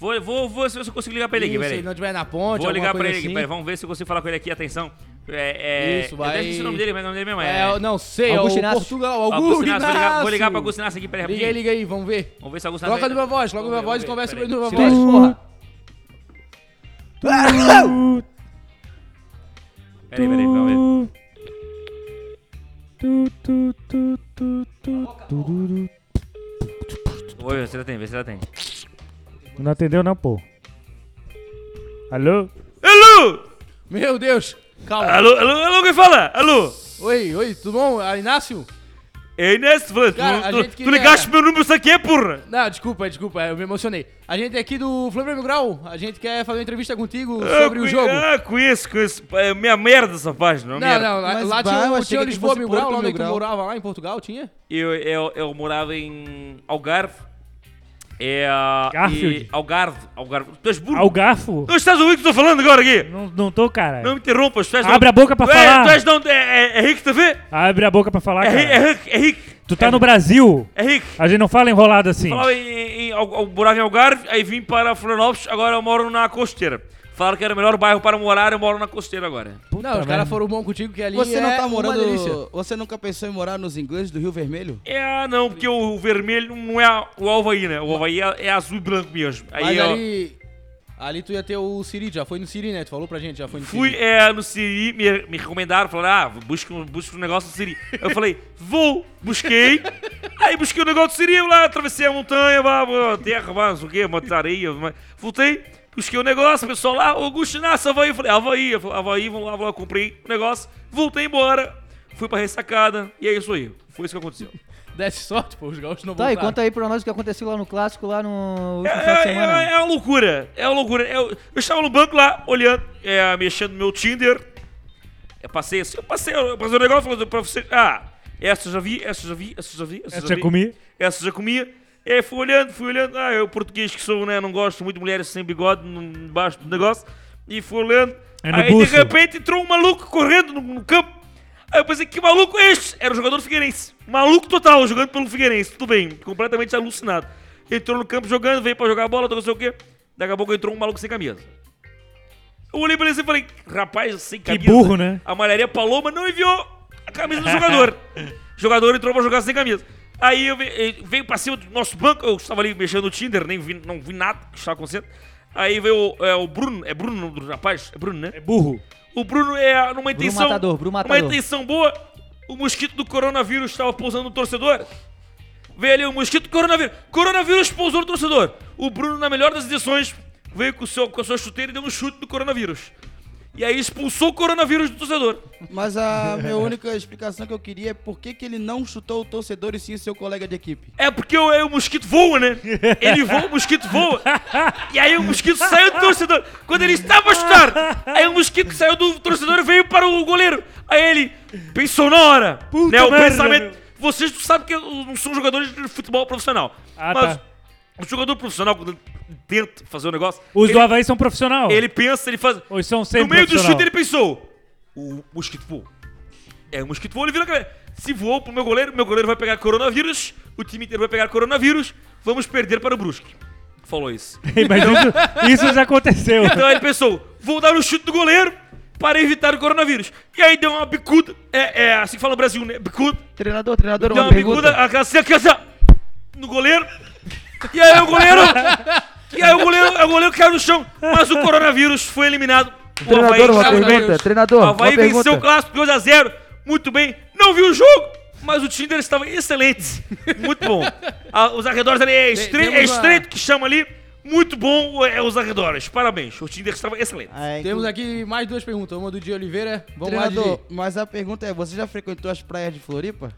S1: Vou, vou, vou ver se eu consigo ligar pra ele aqui,
S6: Isso, se
S1: peraí.
S6: ele não tiver na ponte,
S1: Vou
S6: alguma
S1: ligar pra
S6: coisa
S1: ele aqui,
S6: assim.
S1: peraí. Vamos ver se eu consigo falar com ele aqui, atenção. É, é,
S6: Isso,
S1: eu
S6: vai-
S1: até esqueci o nome dele, mas o nome dele mesmo é...
S6: É, eu não sei, é
S7: Augusto
S6: o
S7: Inácio.
S6: Portugal,
S1: Ó,
S6: Augusto
S1: Augusto Inácio, Vou ligar, vou ligar pra
S6: Inácio.
S1: Augusto Inácio aqui, peraí,
S6: Liga aí,
S1: rapidinho.
S6: liga aí, vamos ver.
S1: Vamos ver se o Augusto
S6: Coloca
S1: Inácio...
S6: de uma voz, coloca
S1: Vamos
S6: de uma
S1: ver,
S6: voz e
S1: vamos ver,
S6: conversa com ele
S1: peraí.
S6: de uma voz.
S7: Silêncio, porra.
S1: Peraí, peraí, vamos ver. Vou ver se ele atende, vê se ele atende.
S3: Não atendeu, não, pô. Alô?
S1: Alô!
S6: Meu Deus, calma.
S1: Alô, alô, alô, quem fala? Alô!
S6: Oi, oi, tudo bom? Ah, Inácio?
S1: Ei, Inês, tu,
S6: Cara, a
S1: tu-
S6: gente
S1: tu
S6: queria-
S1: ligaste meu número, isso aqui é porra!
S6: Não, desculpa, desculpa, eu me emocionei. A gente é aqui do Flamengo Grau, a gente quer fazer uma entrevista contigo
S1: Ah,
S6: sobre o
S1: conhe-
S6: jogo.
S1: Ah, conheço, conheço. É minha merda essa página, não,
S6: Não,
S1: merda.
S6: não, lá,
S4: Mas,
S6: lá
S4: bah,
S6: tinha,
S4: eu
S6: o-
S4: achei
S6: tinha o
S4: que
S6: Lisboa
S4: fosse
S6: Mil Grau,
S4: Porto
S6: lá onde é
S4: Mil
S6: tu
S4: Grau.
S6: morava lá em Portugal, tinha?
S1: Eu, eu, eu morava em Algarve. É.
S3: Garfield.
S1: E Algarve. Algarve. Tu és burro?
S3: Ao garfo?
S1: Tu estás ouvindo o que eu estou falando agora aqui?
S3: Não, não tô, cara.
S1: Não me interrompas, tu és.
S3: É. Abre a boca pra
S1: tu É,
S3: falar.
S1: tu és não. É, é, é Rick TV?
S3: Abre a boca pra falar,
S1: É, Rick- é
S3: cara.
S1: Rick. É Rick.
S3: Tu tá no Brasil.
S1: É Rick.
S3: A gente não fala enrolado assim.
S1: Falava em, em, em, Al- Al- morava em Algarve, aí vim para Florianópolis, agora eu moro na costeira. Falaram que era o melhor bairro para morar, eu moro na costeira agora.
S6: não, os
S3: merda.
S6: caras foram bons contigo, que ali
S4: Você
S6: é
S4: não tá
S6: uma delícia.
S4: morando. Você nunca pensou em morar nos ingleses do Rio Vermelho?
S1: É, não, porque o vermelho não é o Alvaí, né? O Alvaí é, é azul e branco mesmo. Aí
S6: Mas
S1: eu
S6: ali, ali tu ia ter o Siri, já foi no Siri, né? Tu falou pra gente, já foi no
S1: fui
S6: Siri.
S1: é, no Siri, me, me recomendaram, falaram, ah, busca, um- busca um negócio no Siri. Eu falei, vou, busquei. Aí busquei o negócio do Siri, eu lá, atravessei a montanha, lá, lá, terra, lá, não sei o quê, uma areia, mas- voltei. Busquei o negócio, o pessoal lá, Augusto Inácio, Havaí. Eu falei, Havaí, eu falei, Havaí, vamos lá, vamos lá, comprei o negócio, voltei embora, fui pra ressacada, e é isso aí. Foi isso que aconteceu.
S6: é, Desse sorte, pô, os gaúchos não
S7: Tá, e
S6: voltaram.
S7: conta aí pra nós o que aconteceu lá no clássico, lá no último final de
S1: É,
S7: semana.
S1: é, é uma loucura, é uma loucura. Eu, eu estava no banco lá, olhando, é, mexendo no meu Tinder. Eu passei assim, eu passei, eu passei o negócio falando do professor. Ah, essa eu já vi, essa eu já vi, essa eu já vi, essa eu
S3: Essa
S1: já
S3: já
S1: vi.
S3: é comi.
S1: Essa eu já comia. E aí fui olhando, fui olhando. Ah, eu português que sou, né? Não gosto muito de mulheres sem bigode no- embaixo do negócio. E fui olhando.
S3: É no
S1: aí
S3: buço.
S1: de repente entrou um maluco correndo no, no campo. Aí eu pensei, que maluco é este? Era o jogador do Figueirense. Maluco total, jogando pelo Figueirense. Tudo bem, completamente alucinado. Entrou no campo jogando, veio pra jogar bola, não sei o quê. Daqui a pouco entrou um maluco sem camisa. Eu olhei pra ele assim e falei, rapaz, sem
S3: Que
S1: camisa.
S3: burro, né?
S1: A malharia Paloma não enviou a camisa do jogador. o jogador entrou pra jogar sem camisa. Aí eu ve- eh, veio pra cima do nosso banco, eu estava ali mexendo no Tinder, nem vi, não vi nada que estava acontecendo. Aí veio o, é, o Bruno, é Bruno o nome do rapaz? É Bruno, né?
S3: É burro.
S1: O Bruno é numa intenção.
S7: Matador, Bruno
S1: Uma
S7: Matador.
S1: intenção boa. O mosquito do coronavírus estava pousando no torcedor. Veio ali o mosquito coronavírus. Coronavírus pousou no torcedor. O Bruno, na melhor das edições, veio com, o seu, com a sua chuteira e deu um chute do coronavírus. E aí expulsou o coronavírus do torcedor.
S4: Mas a minha única explicação que eu queria é por que, que ele não chutou o torcedor e sim o seu colega de equipe.
S1: É porque o, aí o mosquito voa, né? Ele voa, o mosquito voa. E aí o mosquito saiu do torcedor. Quando ele estava a chutar, aí o mosquito saiu do torcedor e veio para o goleiro. Aí ele pensou na hora.
S3: Puta
S1: né, o
S3: merda,
S1: pensamento.
S3: meu.
S1: Vocês não sabem que eu não sou um jogador de futebol profissional.
S3: Ah,
S1: mas
S3: tá.
S1: o jogador profissional, quando tenta fazer o negócio,
S3: Os do
S1: ele,
S3: Havaí são profissional.
S1: ele pensa, ele faz.
S3: Ou são sempre
S1: No meio do
S3: profissional.
S1: chute ele pensou: o mosquito voou. É, o mosquito voou, ele vira a cabeça. Se voou pro meu goleiro, meu goleiro vai pegar coronavírus, o time inteiro vai pegar coronavírus, vamos perder para o Brusque. Falou isso.
S3: Mas isso, isso já aconteceu.
S1: Então ele pensou: vou dar o chute do goleiro para evitar o coronavírus. E aí deu uma bicuda. É, é assim que fala o Brasil, né? Bicuda.
S4: Treinador, treinador,
S1: Deu uma bicuda, aquela aquela- no goleiro. E aí o goleiro. E aí o goleiro, o goleiro caiu no chão. Mas o coronavírus foi eliminado. O Havaí-
S8: uma pergunta,
S4: treinador,
S1: o Havaí venceu o clássico 2x0. Muito bem. Não vi o jogo, mas o Tinder estava excelente. Muito bom. Ah, os arredores ali é, estre-
S6: temos
S1: é
S6: uma-
S1: estreito que chama ali. Muito bom é, os arredores. Parabéns. O Tinder estava excelente.
S2: Ah, inclu-
S6: Temos aqui mais duas perguntas. Uma do Di Oliveira. Vamos lá,
S4: Treinador,
S6: Didi.
S4: mas a pergunta é, você já frequentou as praias de Floripa?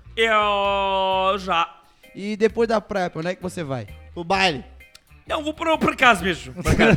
S1: Eu já.
S4: E depois da praia, pra onde é que você vai?
S2: O baile.
S1: Não, vou pra, pra casa mesmo. Pra casa.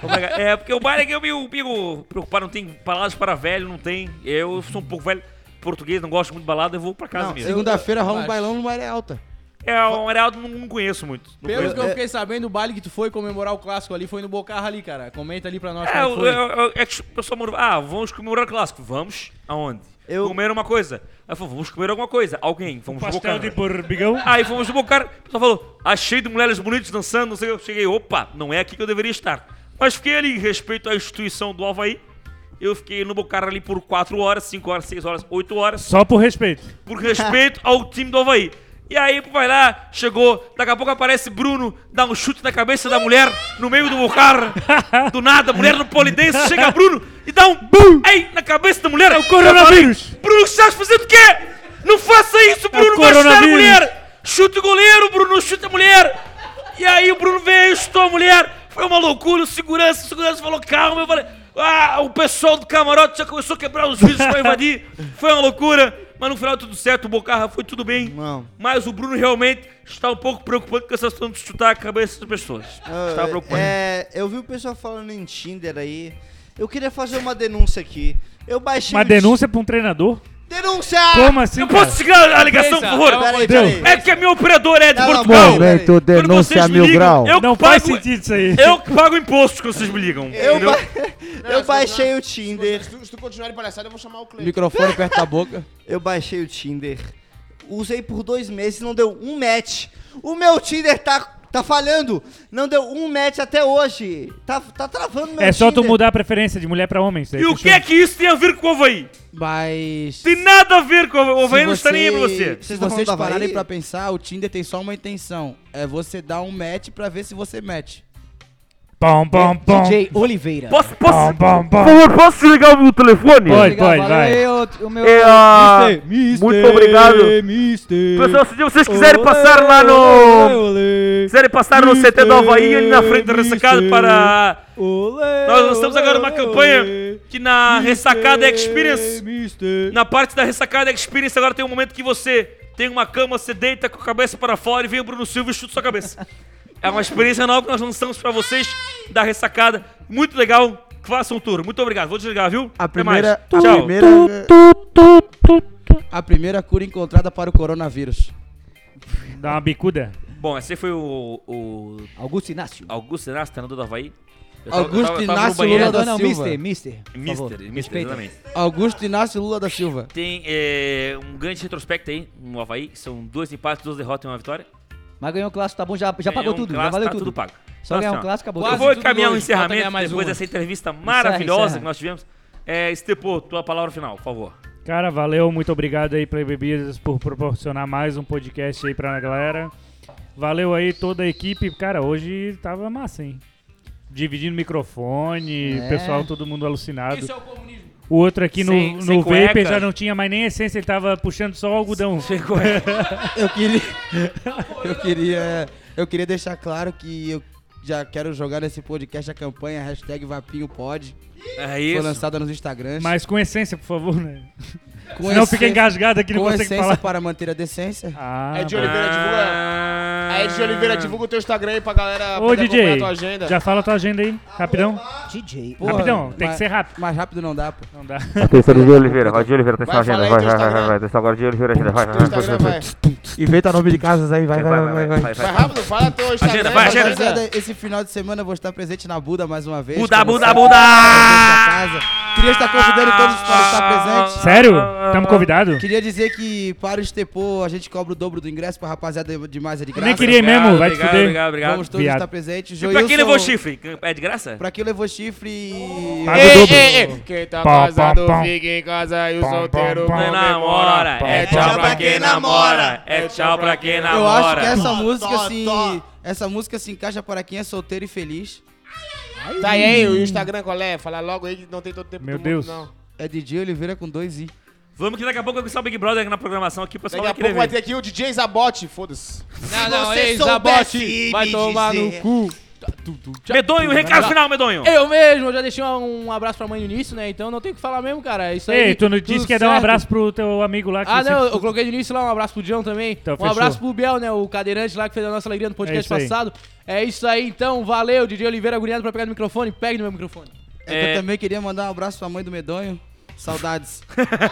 S1: Vou pra casa. é, porque o baile é que eu me me preocupar, não tem palavras para velho, não tem. Eu sou um pouco velho português, não gosto muito de balada, eu vou pra casa
S4: Não,
S1: mesmo.
S4: segunda-feira rola um
S6: Mas-
S4: bailão no Maré Alta.
S1: É, o Arealdo não, não conheço muito. Não
S6: Pelo
S1: conheço.
S6: que eu fiquei sabendo, o baile que tu foi comemorar o clássico ali foi no Bocarra ali, cara. Comenta ali pra nós
S1: É,
S6: como
S1: eu,
S6: foi.
S1: eu, eu- é que o pessoal mora. Ah, vamos comemorar o clássico. Vamos? Aonde?
S2: Eu-
S1: Comer uma coisa. Aí falou, vamos comer alguma coisa. Alguém, vamos no
S3: Um Pastel
S1: Bocarra.
S3: de borbigão.
S1: Aí fomos no Bocarra. O pessoal falou, achei de mulheres bonitas dançando, não sei o que. Eu cheguei, opa, não é aqui que eu deveria estar. Mas fiquei ali, em respeito à instituição do Havaí. Eu fiquei no Bocarra ali por 4 horas, 5 horas, 6 horas, 8 horas
S3: Só por respeito.
S1: por respeito ao time do Havaí. E aí, vai lá, chegou, daqui a pouco aparece Bruno, dá um chute na cabeça da mulher no meio do carro. Do nada, a mulher no polidense, chega Bruno e dá um BUM! Ei, na cabeça da mulher. É o
S3: coronavírus.
S1: Bruno, você está fazendo o quê? Não faça
S2: É
S1: isso, Bruno, vai chutar a
S3: coronavírus.
S1: mulher! Chuta o goleiro, Bruno, chuta a mulher! E aí o Bruno veio, chutou a mulher, foi uma loucura, o segurança, o segurança falou, calma, eu falei, ah, o pessoal do camarote já começou a quebrar os vidros pra invadir, foi uma loucura, mas no final tudo certo, o Bocarra foi tudo bem,
S2: Não.
S1: mas o Bruno realmente está um pouco preocupado com essa situação de chutar a cabeça das pessoas, está preocupado.
S2: Ah, É, eu vi o pessoal falando em Tinder aí. Eu queria fazer uma denúncia aqui. Eu baixei.
S3: Uma
S2: o Ti-
S3: denúncia pra um treinador?
S2: Denúncia!
S3: Como assim,
S1: Ah, Eu
S3: cara?
S1: posso segurar a ligação, por
S6: Pensa,
S1: favor?
S6: calma
S2: Peraí,
S3: Deu.
S2: peraí.
S1: É porque a minha operadora é de
S2: Não,
S3: Tipo,
S2: não,
S1: Portugal.
S2: peraí, peraí.
S1: Quando vocês me ligam, Eu
S3: Não
S1: que pago,
S3: faz sentido isso aí.
S1: Eu que pago imposto que vocês me ligam.
S2: Eu,
S1: entendeu?
S2: ba- eu baixei o Tinder.
S5: Se tu, se tu continuar de palhaçada, eu vou chamar o Cleiton.
S4: Microfone perto da boca.
S2: Eu baixei o Tinder. Usei por dois meses, não deu um match. O meu Tinder tá, tá falhando. Não deu um match até hoje. Tá, tá travando meu
S3: É só tu
S2: Tinder.
S3: mudar a preferência de mulher pra homem. isso aí
S1: E o que
S3: funciona.
S1: é que isso tem a ver com o Havaí?
S4: Mas...
S1: Tem nada a ver com o Havaí. O
S4: se
S1: Havaí não está nem aí pra
S4: Se
S1: você.
S4: vocês,
S2: Vocês estão falando do Havaí?
S4: pararem pra pensar, o Tinder tem só uma intenção. É você dar um match pra ver se você match.
S3: Pom, pom, pom.
S7: DJ Oliveira.
S1: Posso,
S3: Pom,
S1: posso,
S3: pom,
S1: por
S3: pom.
S1: favor, posso ligar o meu telefone?
S3: Pode, pode, vai.
S7: Valeu, o meu...
S1: ah, muito obrigado. Pessoal, se vocês quiserem passar lá no... Quiserem passar no CT do Havaí, ali na frente da ressacada para... Nós lançamos agora uma campanha que na ressacada Experience... Na parte da ressacada Experience agora tem um momento que você tem uma cama, você deita com a cabeça para fora e vem o Bruno Silva e chuta sua cabeça. É uma experiência nova que nós lançamos para vocês da ressacada. Muito legal. Faça um tour. Muito obrigado. Vou desligar, viu?
S4: A
S1: Até mais.
S4: primeira, a
S1: Tchau.
S4: primeira, a primeira cura encontrada para o coronavírus.
S3: Dá uma bicuda.
S1: Bom, esse foi o, o
S7: Augusto Inácio.
S1: Augusto Inácio, treinador do Havaí. Eu tava- eu tava-
S4: Augusto
S1: eu tava no
S4: Inácio
S1: banheiro.
S4: Lula da
S7: não,
S4: Silva.
S7: Mister, Mister. por
S1: Mister,
S7: favor,
S1: Mister,
S7: respeita.
S1: exatamente.
S4: Augusto Inácio Lula da Silva.
S1: Tem é, um grande retrospecto aí no Havaí. que São dois empates, duas derrotas e uma vitória.
S7: Mas ganhou o clássico, tá bom, já, já
S1: Ganhou
S7: pagou
S1: um
S7: tudo, já
S1: clássico,
S7: valeu
S1: tá
S7: tudo.
S1: tudo pago.
S7: Só
S1: Então,
S7: ganhar um
S1: assim, ó,
S7: clássico, acabou.
S1: Eu
S5: Quase
S1: vou
S5: tudo
S1: encaminhar o
S5: hoje, falta
S1: encerramento
S5: ganhar mais
S1: depois
S5: uma.
S1: dessa entrevista maravilhosa
S7: encerra.
S1: que nós tivemos. É, Estepô, tua palavra final, por favor.
S3: Cara, valeu, muito obrigado aí Play Bebidas por proporcionar mais um podcast aí pra galera. Valeu aí toda a equipe. Cara, hoje tava massa, hein? Dividindo microfone,
S7: É.
S3: pessoal, todo mundo alucinado.
S5: é
S3: O outro aqui no,
S1: Sem-
S3: no
S1: sem
S3: Vapor
S1: cueca.
S3: já não tinha mais nem essência, ele tava puxando só o algodão.
S4: Eu queria. eu queria. Eu queria deixar claro que eu já quero jogar nesse podcast a campanha hashtag VapinhoPod.
S1: É
S4: Foi
S1: isso.
S4: lançada nos Instagrams.
S3: Mas com essência, por favor, né?
S4: com
S3: Senão
S4: essência-
S3: fica engasgado aqui, não
S4: com
S3: consegue
S4: essência
S3: falar.
S4: para manter a decência.
S3: Ah,
S5: Ed Oliveira divulga.
S1: Ah.
S5: A Ed Oliveira divulga o teu Instagram aí pra galera
S3: Ô,
S5: poder acompanhar
S3: DJ,
S5: a tua agenda.
S3: já fala tua agenda aí, rapidão.
S7: DJ.
S4: Porra,
S3: rapidão, tem que
S4: mas-
S3: ser rápido.
S4: Mais rápido não dá, pô.
S3: Não dá.
S9: Atenção de Oliveira, vai de Oliveira, atenção
S5: Vai,
S9: a agenda,
S5: fala
S9: vai, vai, vai,
S5: aí teu
S9: vai,
S5: Instagram.
S9: vai, atenção agora de Oliveira, agenda, vai, vai,
S5: Teu
S9: vai,
S5: Instagram
S9: vai,
S5: vai.
S9: Inventa nome de casas aí, vai, vai, vai, vai.
S5: Vai rápido, fala teu Instagram.
S1: Agenda, vai,
S5: tua
S1: agenda.
S4: Rapaziada, esse final de semana eu vou estar presente na Buda mais uma vez.
S1: Buda,
S4: como
S1: Buda,
S4: sempre,
S1: Buda!
S4: na nossa casa. Queria estar convidando todos para
S3: Ah!
S4: estar presente.
S3: Sério? Tamo convidado?
S4: Queria dizer que para o Estepô a gente cobra o dobro do ingresso pra rapaziada de mais é de graça.
S3: nem queria ir mesmo, vai te
S1: obrigado,
S3: fuder.
S1: Obrigado, obrigado.
S4: Vamos todos
S3: Viado.
S4: estar presentes.
S1: E pra quem
S4: Joilson-
S1: levou chifre? É de graça?
S4: Pra quem levou chifre e...
S3: Paga o
S5: Ei,
S3: dobro.
S5: ei, ei. Quem tá
S3: Pá, pá,
S5: casado
S3: pá.
S5: fica em casa e o
S3: Pá, pá,
S5: solteiro
S3: pá.
S1: Quem
S5: comemora.
S1: namora, é tchau pra quem namora, é tchau pra quem
S4: Eu acho que
S1: namora.
S4: essa música se... Essa música se encaixa para quem é solteiro e feliz.
S5: Tá aí, aí, o Instagram qual é? Fala logo aí que não tem todo tempo
S3: Meu
S5: do
S3: Deus.
S5: mundo, não.
S4: É DJ Oliveira com dois i.
S1: Vamos que daqui a pouco vai começar o Big Brother aqui na programação aqui, o pessoal
S5: Daqui
S1: vai
S5: a
S1: querer
S5: pouco vai ter
S1: ver.
S5: aqui o DJ Zabote, foda-se.
S6: Não, não,
S2: você
S6: ei,
S2: soubesse
S6: Zabote,
S2: me
S6: vai tomar
S2: dizer.
S6: no cu. Tá, tu, tu, tchá,
S1: Medonho,
S6: tu,
S1: recado
S6: tá.
S1: final, Medonho.
S6: Eu mesmo, eu já deixei um, um abraço pra mãe no início, né? Então não tem o que falar mesmo, cara. Isso aí.
S3: Ei, tu não
S6: tudo
S3: disse que ia dar um
S6: certo.
S3: abraço pro teu amigo lá que
S6: Ah,
S3: você-
S6: não, eu coloquei no início lá um abraço pro Dião também.
S3: Então,
S6: um
S3: fechou.
S6: abraço pro Biel, né? O cadeirante lá que fez a nossa alegria no
S3: É
S6: podcast
S3: isso aí.
S6: passado. É isso aí, então. Valeu, DJ Oliveira agoniado pra pegar no microfone. Pegue no meu microfone.
S1: É.
S4: Eu também queria mandar um abraço pra mãe do Medonho. Saudades.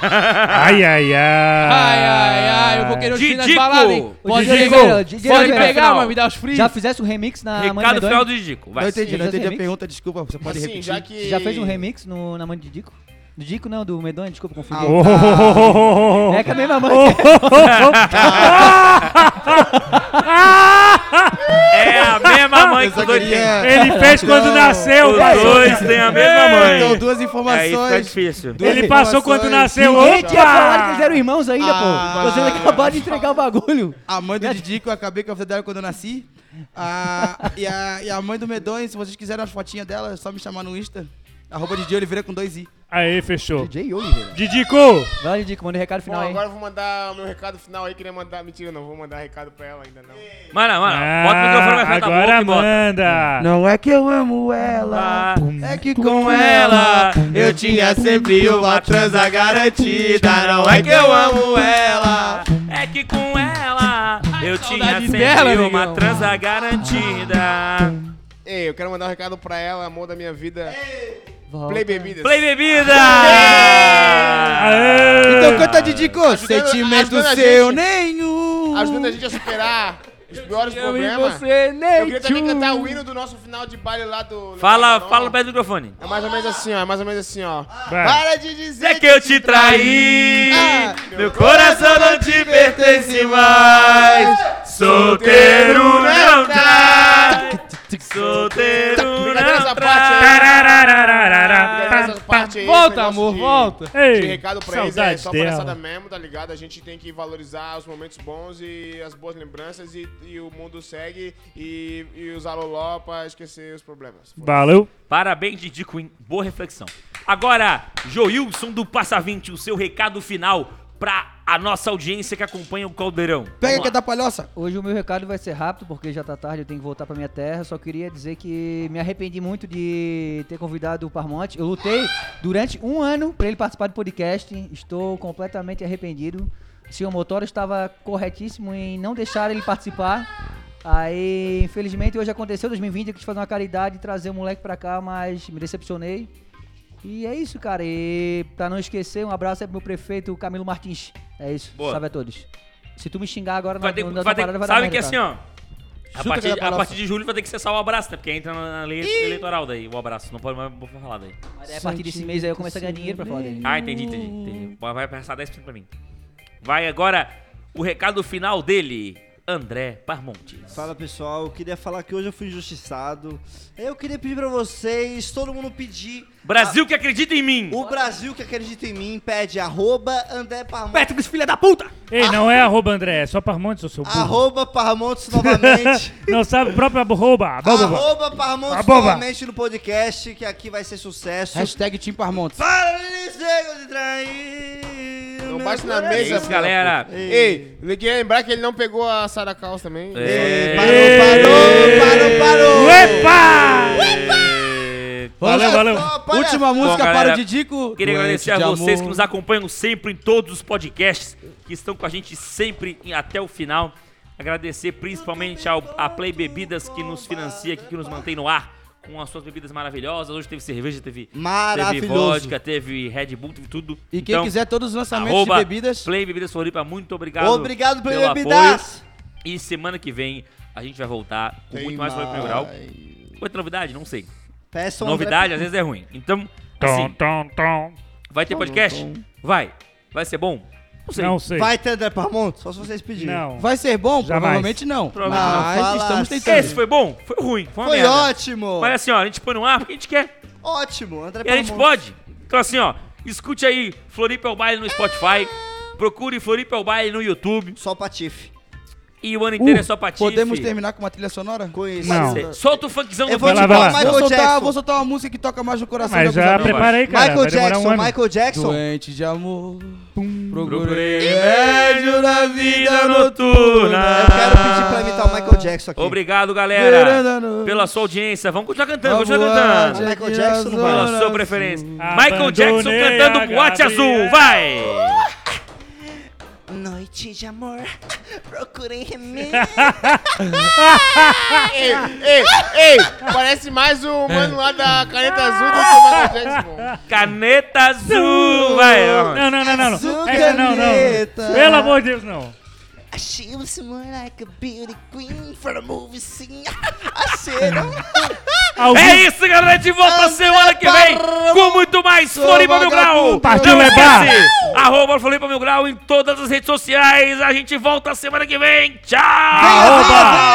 S3: Ai, ai, ai.
S6: Ai, ai, ai, eu vou querer o China
S1: Didico!
S6: balada, hein?
S1: O
S6: Pode
S7: Didico!
S6: pegar,
S7: Didico,
S6: pode
S7: Didico,
S6: pegar,
S1: final.
S6: mano, me dá os free.
S7: Já fizesse um remix na Mãe
S1: Recado
S7: Medonho?
S1: final do Didico, vai.
S4: Não entendi, não
S7: Já
S4: entendi a
S7: remix?
S4: pergunta, desculpa. Você pode
S5: Assim,
S4: repetir.
S5: já que...
S7: Já fez um remix no, na Mãe de Didico? Do Dico não, do Medonho, desculpa, confundi.
S4: Ah, tá.
S7: É que a mesma mãe.
S1: É a mesma mãe
S4: Eu
S1: que
S4: só
S1: os dois têm.
S4: queria...
S3: Ele fez quando nasceu,
S1: Os
S3: pai.
S1: dois têm a mesma
S4: Então,
S1: mãe.
S4: duas
S1: Aí fica
S4: informações.
S1: É tá difícil.
S4: Duas
S3: Ele passou
S4: informações.
S3: quando nasceu.
S7: Ninguém tinha falado que eles
S3: Opa!
S7: eram irmãos ainda,
S4: Ah,
S7: pô. Vocês acabaram de entregar o bagulho.
S4: A mãe
S6: É.
S4: do Didi, que eu acabei com a vida dela quando eu nasci. A, e, a, e a mãe do Medonho, se vocês quiserem as fotinhas dela, é só me chamar no Insta. Arroba Didi Oliveira com dois i.
S3: Aí, fechou.
S7: DJ Oliveira.
S3: Didico!
S7: Vai, Didico, manda um recado
S5: Bom,
S7: final aí.
S5: agora eu vou mandar o meu recado final aí, queria mandar... Mentira, não vou mandar recado pra ela ainda, não.
S1: Mano, mano, bota o microfone
S3: Ah,
S1: vai frente tá da boca
S3: agora
S1: e bota.
S3: manda.
S4: Não é que eu amo ela, é que com ela eu tinha sempre uma transa garantida. Não é que eu amo ela.
S1: É que com ela eu tinha
S6: saudade
S1: sempre
S6: dela,
S1: uma
S6: amigão.
S1: transa garantida.
S5: Ei, eu quero mandar um recado pra ela, amor da minha vida. Play Bebidas.
S1: Play bebida!
S4: Então canta Didico, sentimento
S5: ajudando a
S4: seu
S5: gente.
S4: nenhum.
S5: Ajudando a gente a superar os piores
S6: Eu e
S5: problemas.
S6: você,
S5: Eu queria também
S6: Neitio.
S5: cantar o hino do nosso final de baile lá do...
S1: Fala,
S5: Lebanon.
S1: fala perto do microfone.
S5: É mais ou menos assim, ó. É mais ou menos assim, ó.
S3: Vai.
S5: de dizer
S1: Dizer que eu te traí,
S4: Ah,
S1: meu coração não te pertence mais. Solteiro não trai, solteiro não
S5: Essa parte
S1: trai.
S5: aí.
S3: Tarararararara.
S5: Essa parte aí, esse
S6: Volta,
S5: negócio
S6: amor,
S5: de-
S6: volta.
S5: De
S3: Ei,
S5: recado pra eles é
S3: saudade
S5: só palhaçada
S3: dela.
S5: mesmo, tá ligado? A gente tem que valorizar os momentos bons e as boas lembranças e, e o mundo segue e, e usar loló pra esquecer os problemas.
S3: Valeu.
S1: Parabéns, Didico, hein? boa reflexão. Agora, Joilson do Passa 20, o seu recado final pra a nossa audiência que acompanha o Caldeirão.
S4: Pega
S1: Vamos
S4: que
S1: lá.
S4: é da palhoça.
S7: Hoje o meu recado vai ser rápido, porque já tá tarde, eu tenho que voltar pra minha terra. Só queria dizer que me arrependi muito de ter convidado o Parmonte. Eu lutei durante um ano pra ele participar do podcast. Estou completamente arrependido. O senhor Motora estava corretíssimo em não deixar ele participar. Aí, infelizmente, hoje aconteceu, 2020, eu quis fazer uma caridade e trazer o moleque pra cá, mas me decepcionei. E é isso, cara. E pra não esquecer, um abraço aí pro meu prefeito Camilo Martins. É isso.
S1: Boa.
S7: Salve a todos. Se tu me xingar agora
S1: Vai
S7: na,
S1: ter,
S7: na, na
S1: vai ter,
S7: parada, vai dar
S1: sabe
S7: merda,
S1: que
S7: cara.
S1: assim, ó. A
S6: Chuta
S1: partir,
S6: aquela
S1: a
S6: palavra.
S1: partir de julho vai ter que cessar o abraço, né? Porque entra na na lei eleitoral daí, o abraço. Não pode mais vou falar daí.
S7: Mas aí, a partir desse mês aí eu começo a ganhar dinheiro pra falar dele.
S1: Ah, entendi, entendi. entendi. Vai vai passar 10% pra mim. Vai agora o recado final dele, André Parmontes.
S2: Fala pessoal, eu queria falar que hoje eu fui injustiçado. Eu queria pedir pra vocês, todo mundo pedir.
S1: Brasil que acredita em mim!
S2: O Brasil que acredita em mim pede arroba André Parmontes.
S7: Petros, filha da puta!
S3: Ei, não é arroba André, é só Parmontes, eu sou burro.
S2: Arroba Parmontes novamente.
S3: não sabe o próprio arroba. Boba, boba.
S2: arroba Parmontes
S3: Arroba.
S2: novamente no podcast, que aqui vai ser sucesso.
S6: Hashtag Tim Parmontes.
S2: Para de ser de trair.
S5: Não
S2: meu
S5: bate na
S2: coração.
S1: É
S5: mesa,
S1: isso, galera.
S5: Ei, ninguém lembrar que ele não pegou a Sarah Caos também.
S2: Ei,
S3: Ei.
S2: Parou, parou, parou, parou.
S1: Epa!
S2: Olha
S3: Valeu, valeu.
S2: só, olha
S6: Última música
S1: galera,
S6: para o Didico.
S1: É, Queria agradecer
S6: Doente
S1: a
S6: de
S1: vocês
S6: amor.
S1: que nos acompanham sempre em todos os podcasts, que estão com a gente sempre em- até o final. Agradecer principalmente ao, a Play Bebidas que nos financia aqui, que nos mantém no ar com as suas bebidas maravilhosas. Hoje teve cerveja, teve, teve
S2: Maravilhoso.
S1: vodka, teve Red Bull, teve tudo.
S6: E quem
S1: Então,
S6: quiser todos os lançamentos
S1: arroba
S6: de bebidas,
S1: Play Bebidas Floripa, muito obrigado.
S2: Obrigado pelo
S1: pelo
S2: bebidas.
S1: E semana que vem a gente vai voltar com
S2: Tem
S1: muito mais Floripa Grau. Outra novidade? Não sei.
S2: Peçam André-
S1: Novidade às vezes é ruim. Então,
S3: Tom,
S1: assim,
S3: tom, tom.
S1: vai ter podcast? Vai. Vai ser bom? Não sei.
S3: Não sei.
S2: Vai ter André Parmontes? Só se vocês pedirem.
S3: Não.
S6: vai ser bom?
S3: Jamais.
S6: Provavelmente não.
S1: Provavelmente
S2: não.
S6: Mas
S2: Fala
S6: estamos
S2: sério.
S6: tentando.
S1: Esse foi bom? Foi ruim. Foi uma
S2: Foi
S1: merda.
S2: ótimo.
S1: Mas assim, ó, a gente põe no ar porque a gente quer.
S2: Ótimo, André
S1: E a gente
S2: Parmontes.
S1: pode. Então assim, ó, escute aí Floripa é o Baile no Spotify. Procure Floripa é o Baile no YouTube.
S2: Só patife.
S1: E o ano inteiro é só pra ti,
S6: Podemos
S1: fi.
S6: terminar com uma trilha sonora?
S2: Conheço.
S3: Não.
S1: Cê- Solta o funkzão
S2: Eu
S1: do
S2: vou
S3: Vai
S2: te
S3: lá, vai
S2: falar
S3: lá.
S2: Michael
S6: vou, soltar,
S2: Jackson.
S6: vou soltar uma música que toca mais no coração
S3: Mas
S6: de alguns
S3: já
S6: amigos.
S3: prepara aí, cara.
S2: Michael
S3: vai demorar
S2: Jackson,
S3: um ano.
S2: Michael Jackson.
S6: Doente de amor,
S1: Procurei
S6: procurei
S1: remédio
S6: remédio na
S1: vida
S6: vida
S1: noturna.
S6: noturna.
S2: Eu quero pedir pra imitar o Michael Jackson aqui.
S1: Obrigado, galera,
S6: Verano.
S1: pela sua audiência. Vamos continuar cantando, continuar
S6: Boate
S1: cantando.
S2: Michael Jackson não vai.
S1: Pela
S6: azul.
S1: sua preferência.
S3: Abandonei
S1: Michael Jackson
S3: a
S1: cantando Boate Azul,
S3: Gabriela.
S1: vai!
S2: Noite de amor, procurem remédio.
S5: Ei, ei, ei, parece mais
S6: É.
S5: o mano lá da caneta azul do que o Michael Jackson.
S6: Tá
S5: pô.
S1: Caneta Azul, vai!
S3: Não, não, não, não. não.
S2: Azul
S3: Essa não, não,
S2: caneta.
S3: não. Pelo amor de Deus, não.
S2: É She was more like a beauty queen for a movie scene. I said,
S3: Ao
S1: É
S3: vivo,
S1: isso, galera, de volta semana que vem com muito mais Floripa Mil Grau.
S3: Partiu
S1: Não
S3: levar.
S1: esquece, arroba Floripa Mil Grau em todas as redes sociais. A gente volta semana que vem. Tchau!
S3: Arroba!
S2: ah,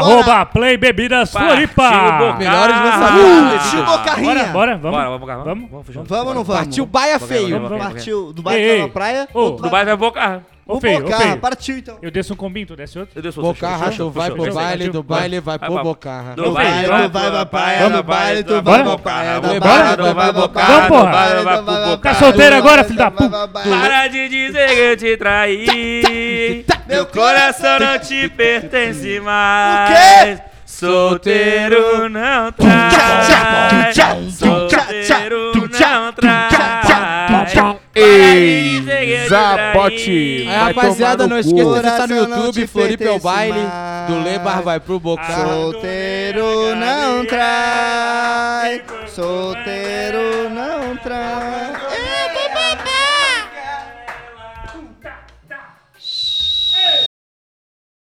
S2: bora.
S3: Arroba Play Bebidas
S1: Partiu,
S3: Floripa.
S6: Melhores
S1: Ah.
S6: lançamentos.
S2: Partiu Bocarrinha.
S3: Bora, bora, vamos.
S1: Bora, vamos, vamos.
S3: Vamos?
S1: Vamos, fechou.
S2: Vamos ou não vamos?
S6: Partiu Baia Feio.
S1: Vamos, vamos.
S2: Partiu. Do
S3: Ei,
S2: bairro
S3: ei.
S2: na praia?
S3: Ô,
S1: Do bairro vai bocar.
S3: Ô,
S2: Vou
S3: feio, ô,
S2: bocar.
S3: feio.
S2: Partiu então.
S3: Eu desço um combinho, tu desce outro?
S1: Eu dei o né?
S6: Bocarra, tu vai pro baile, do baile vai pro Bocarra.
S1: Do
S2: baile,
S1: baile,
S2: tu vai pra praia,
S1: Vamos,
S2: do baile,
S1: bora.
S2: tu vai
S3: Bora.
S2: pra praia, do
S6: Bora.
S2: baile, tu
S1: Bora.
S2: vai pra praia,
S3: Vamos,
S2: do
S3: porra.
S2: baile, tu vai pra
S1: Tá
S2: praia,
S3: solteiro
S2: do
S3: agora,
S2: baile,
S3: filho da
S2: tu vai
S3: puta?
S2: pra praia.
S1: Para de dizer que eu te traí. Meu coração não te pertence mais. Solteiro não trai. Solteiro não trai.
S4: Ei,
S1: Para de dizer que eu te
S4: Zabote.
S1: traí.
S6: Aí, rapaziada, não esqueça de estar no
S2: Coração não
S6: YouTube,
S2: te
S6: Floripa é o
S2: pertence
S6: baile,
S2: mais.
S6: do Lebar vai pro Bocarra.
S2: Solteiro não trai, solteiro não trai.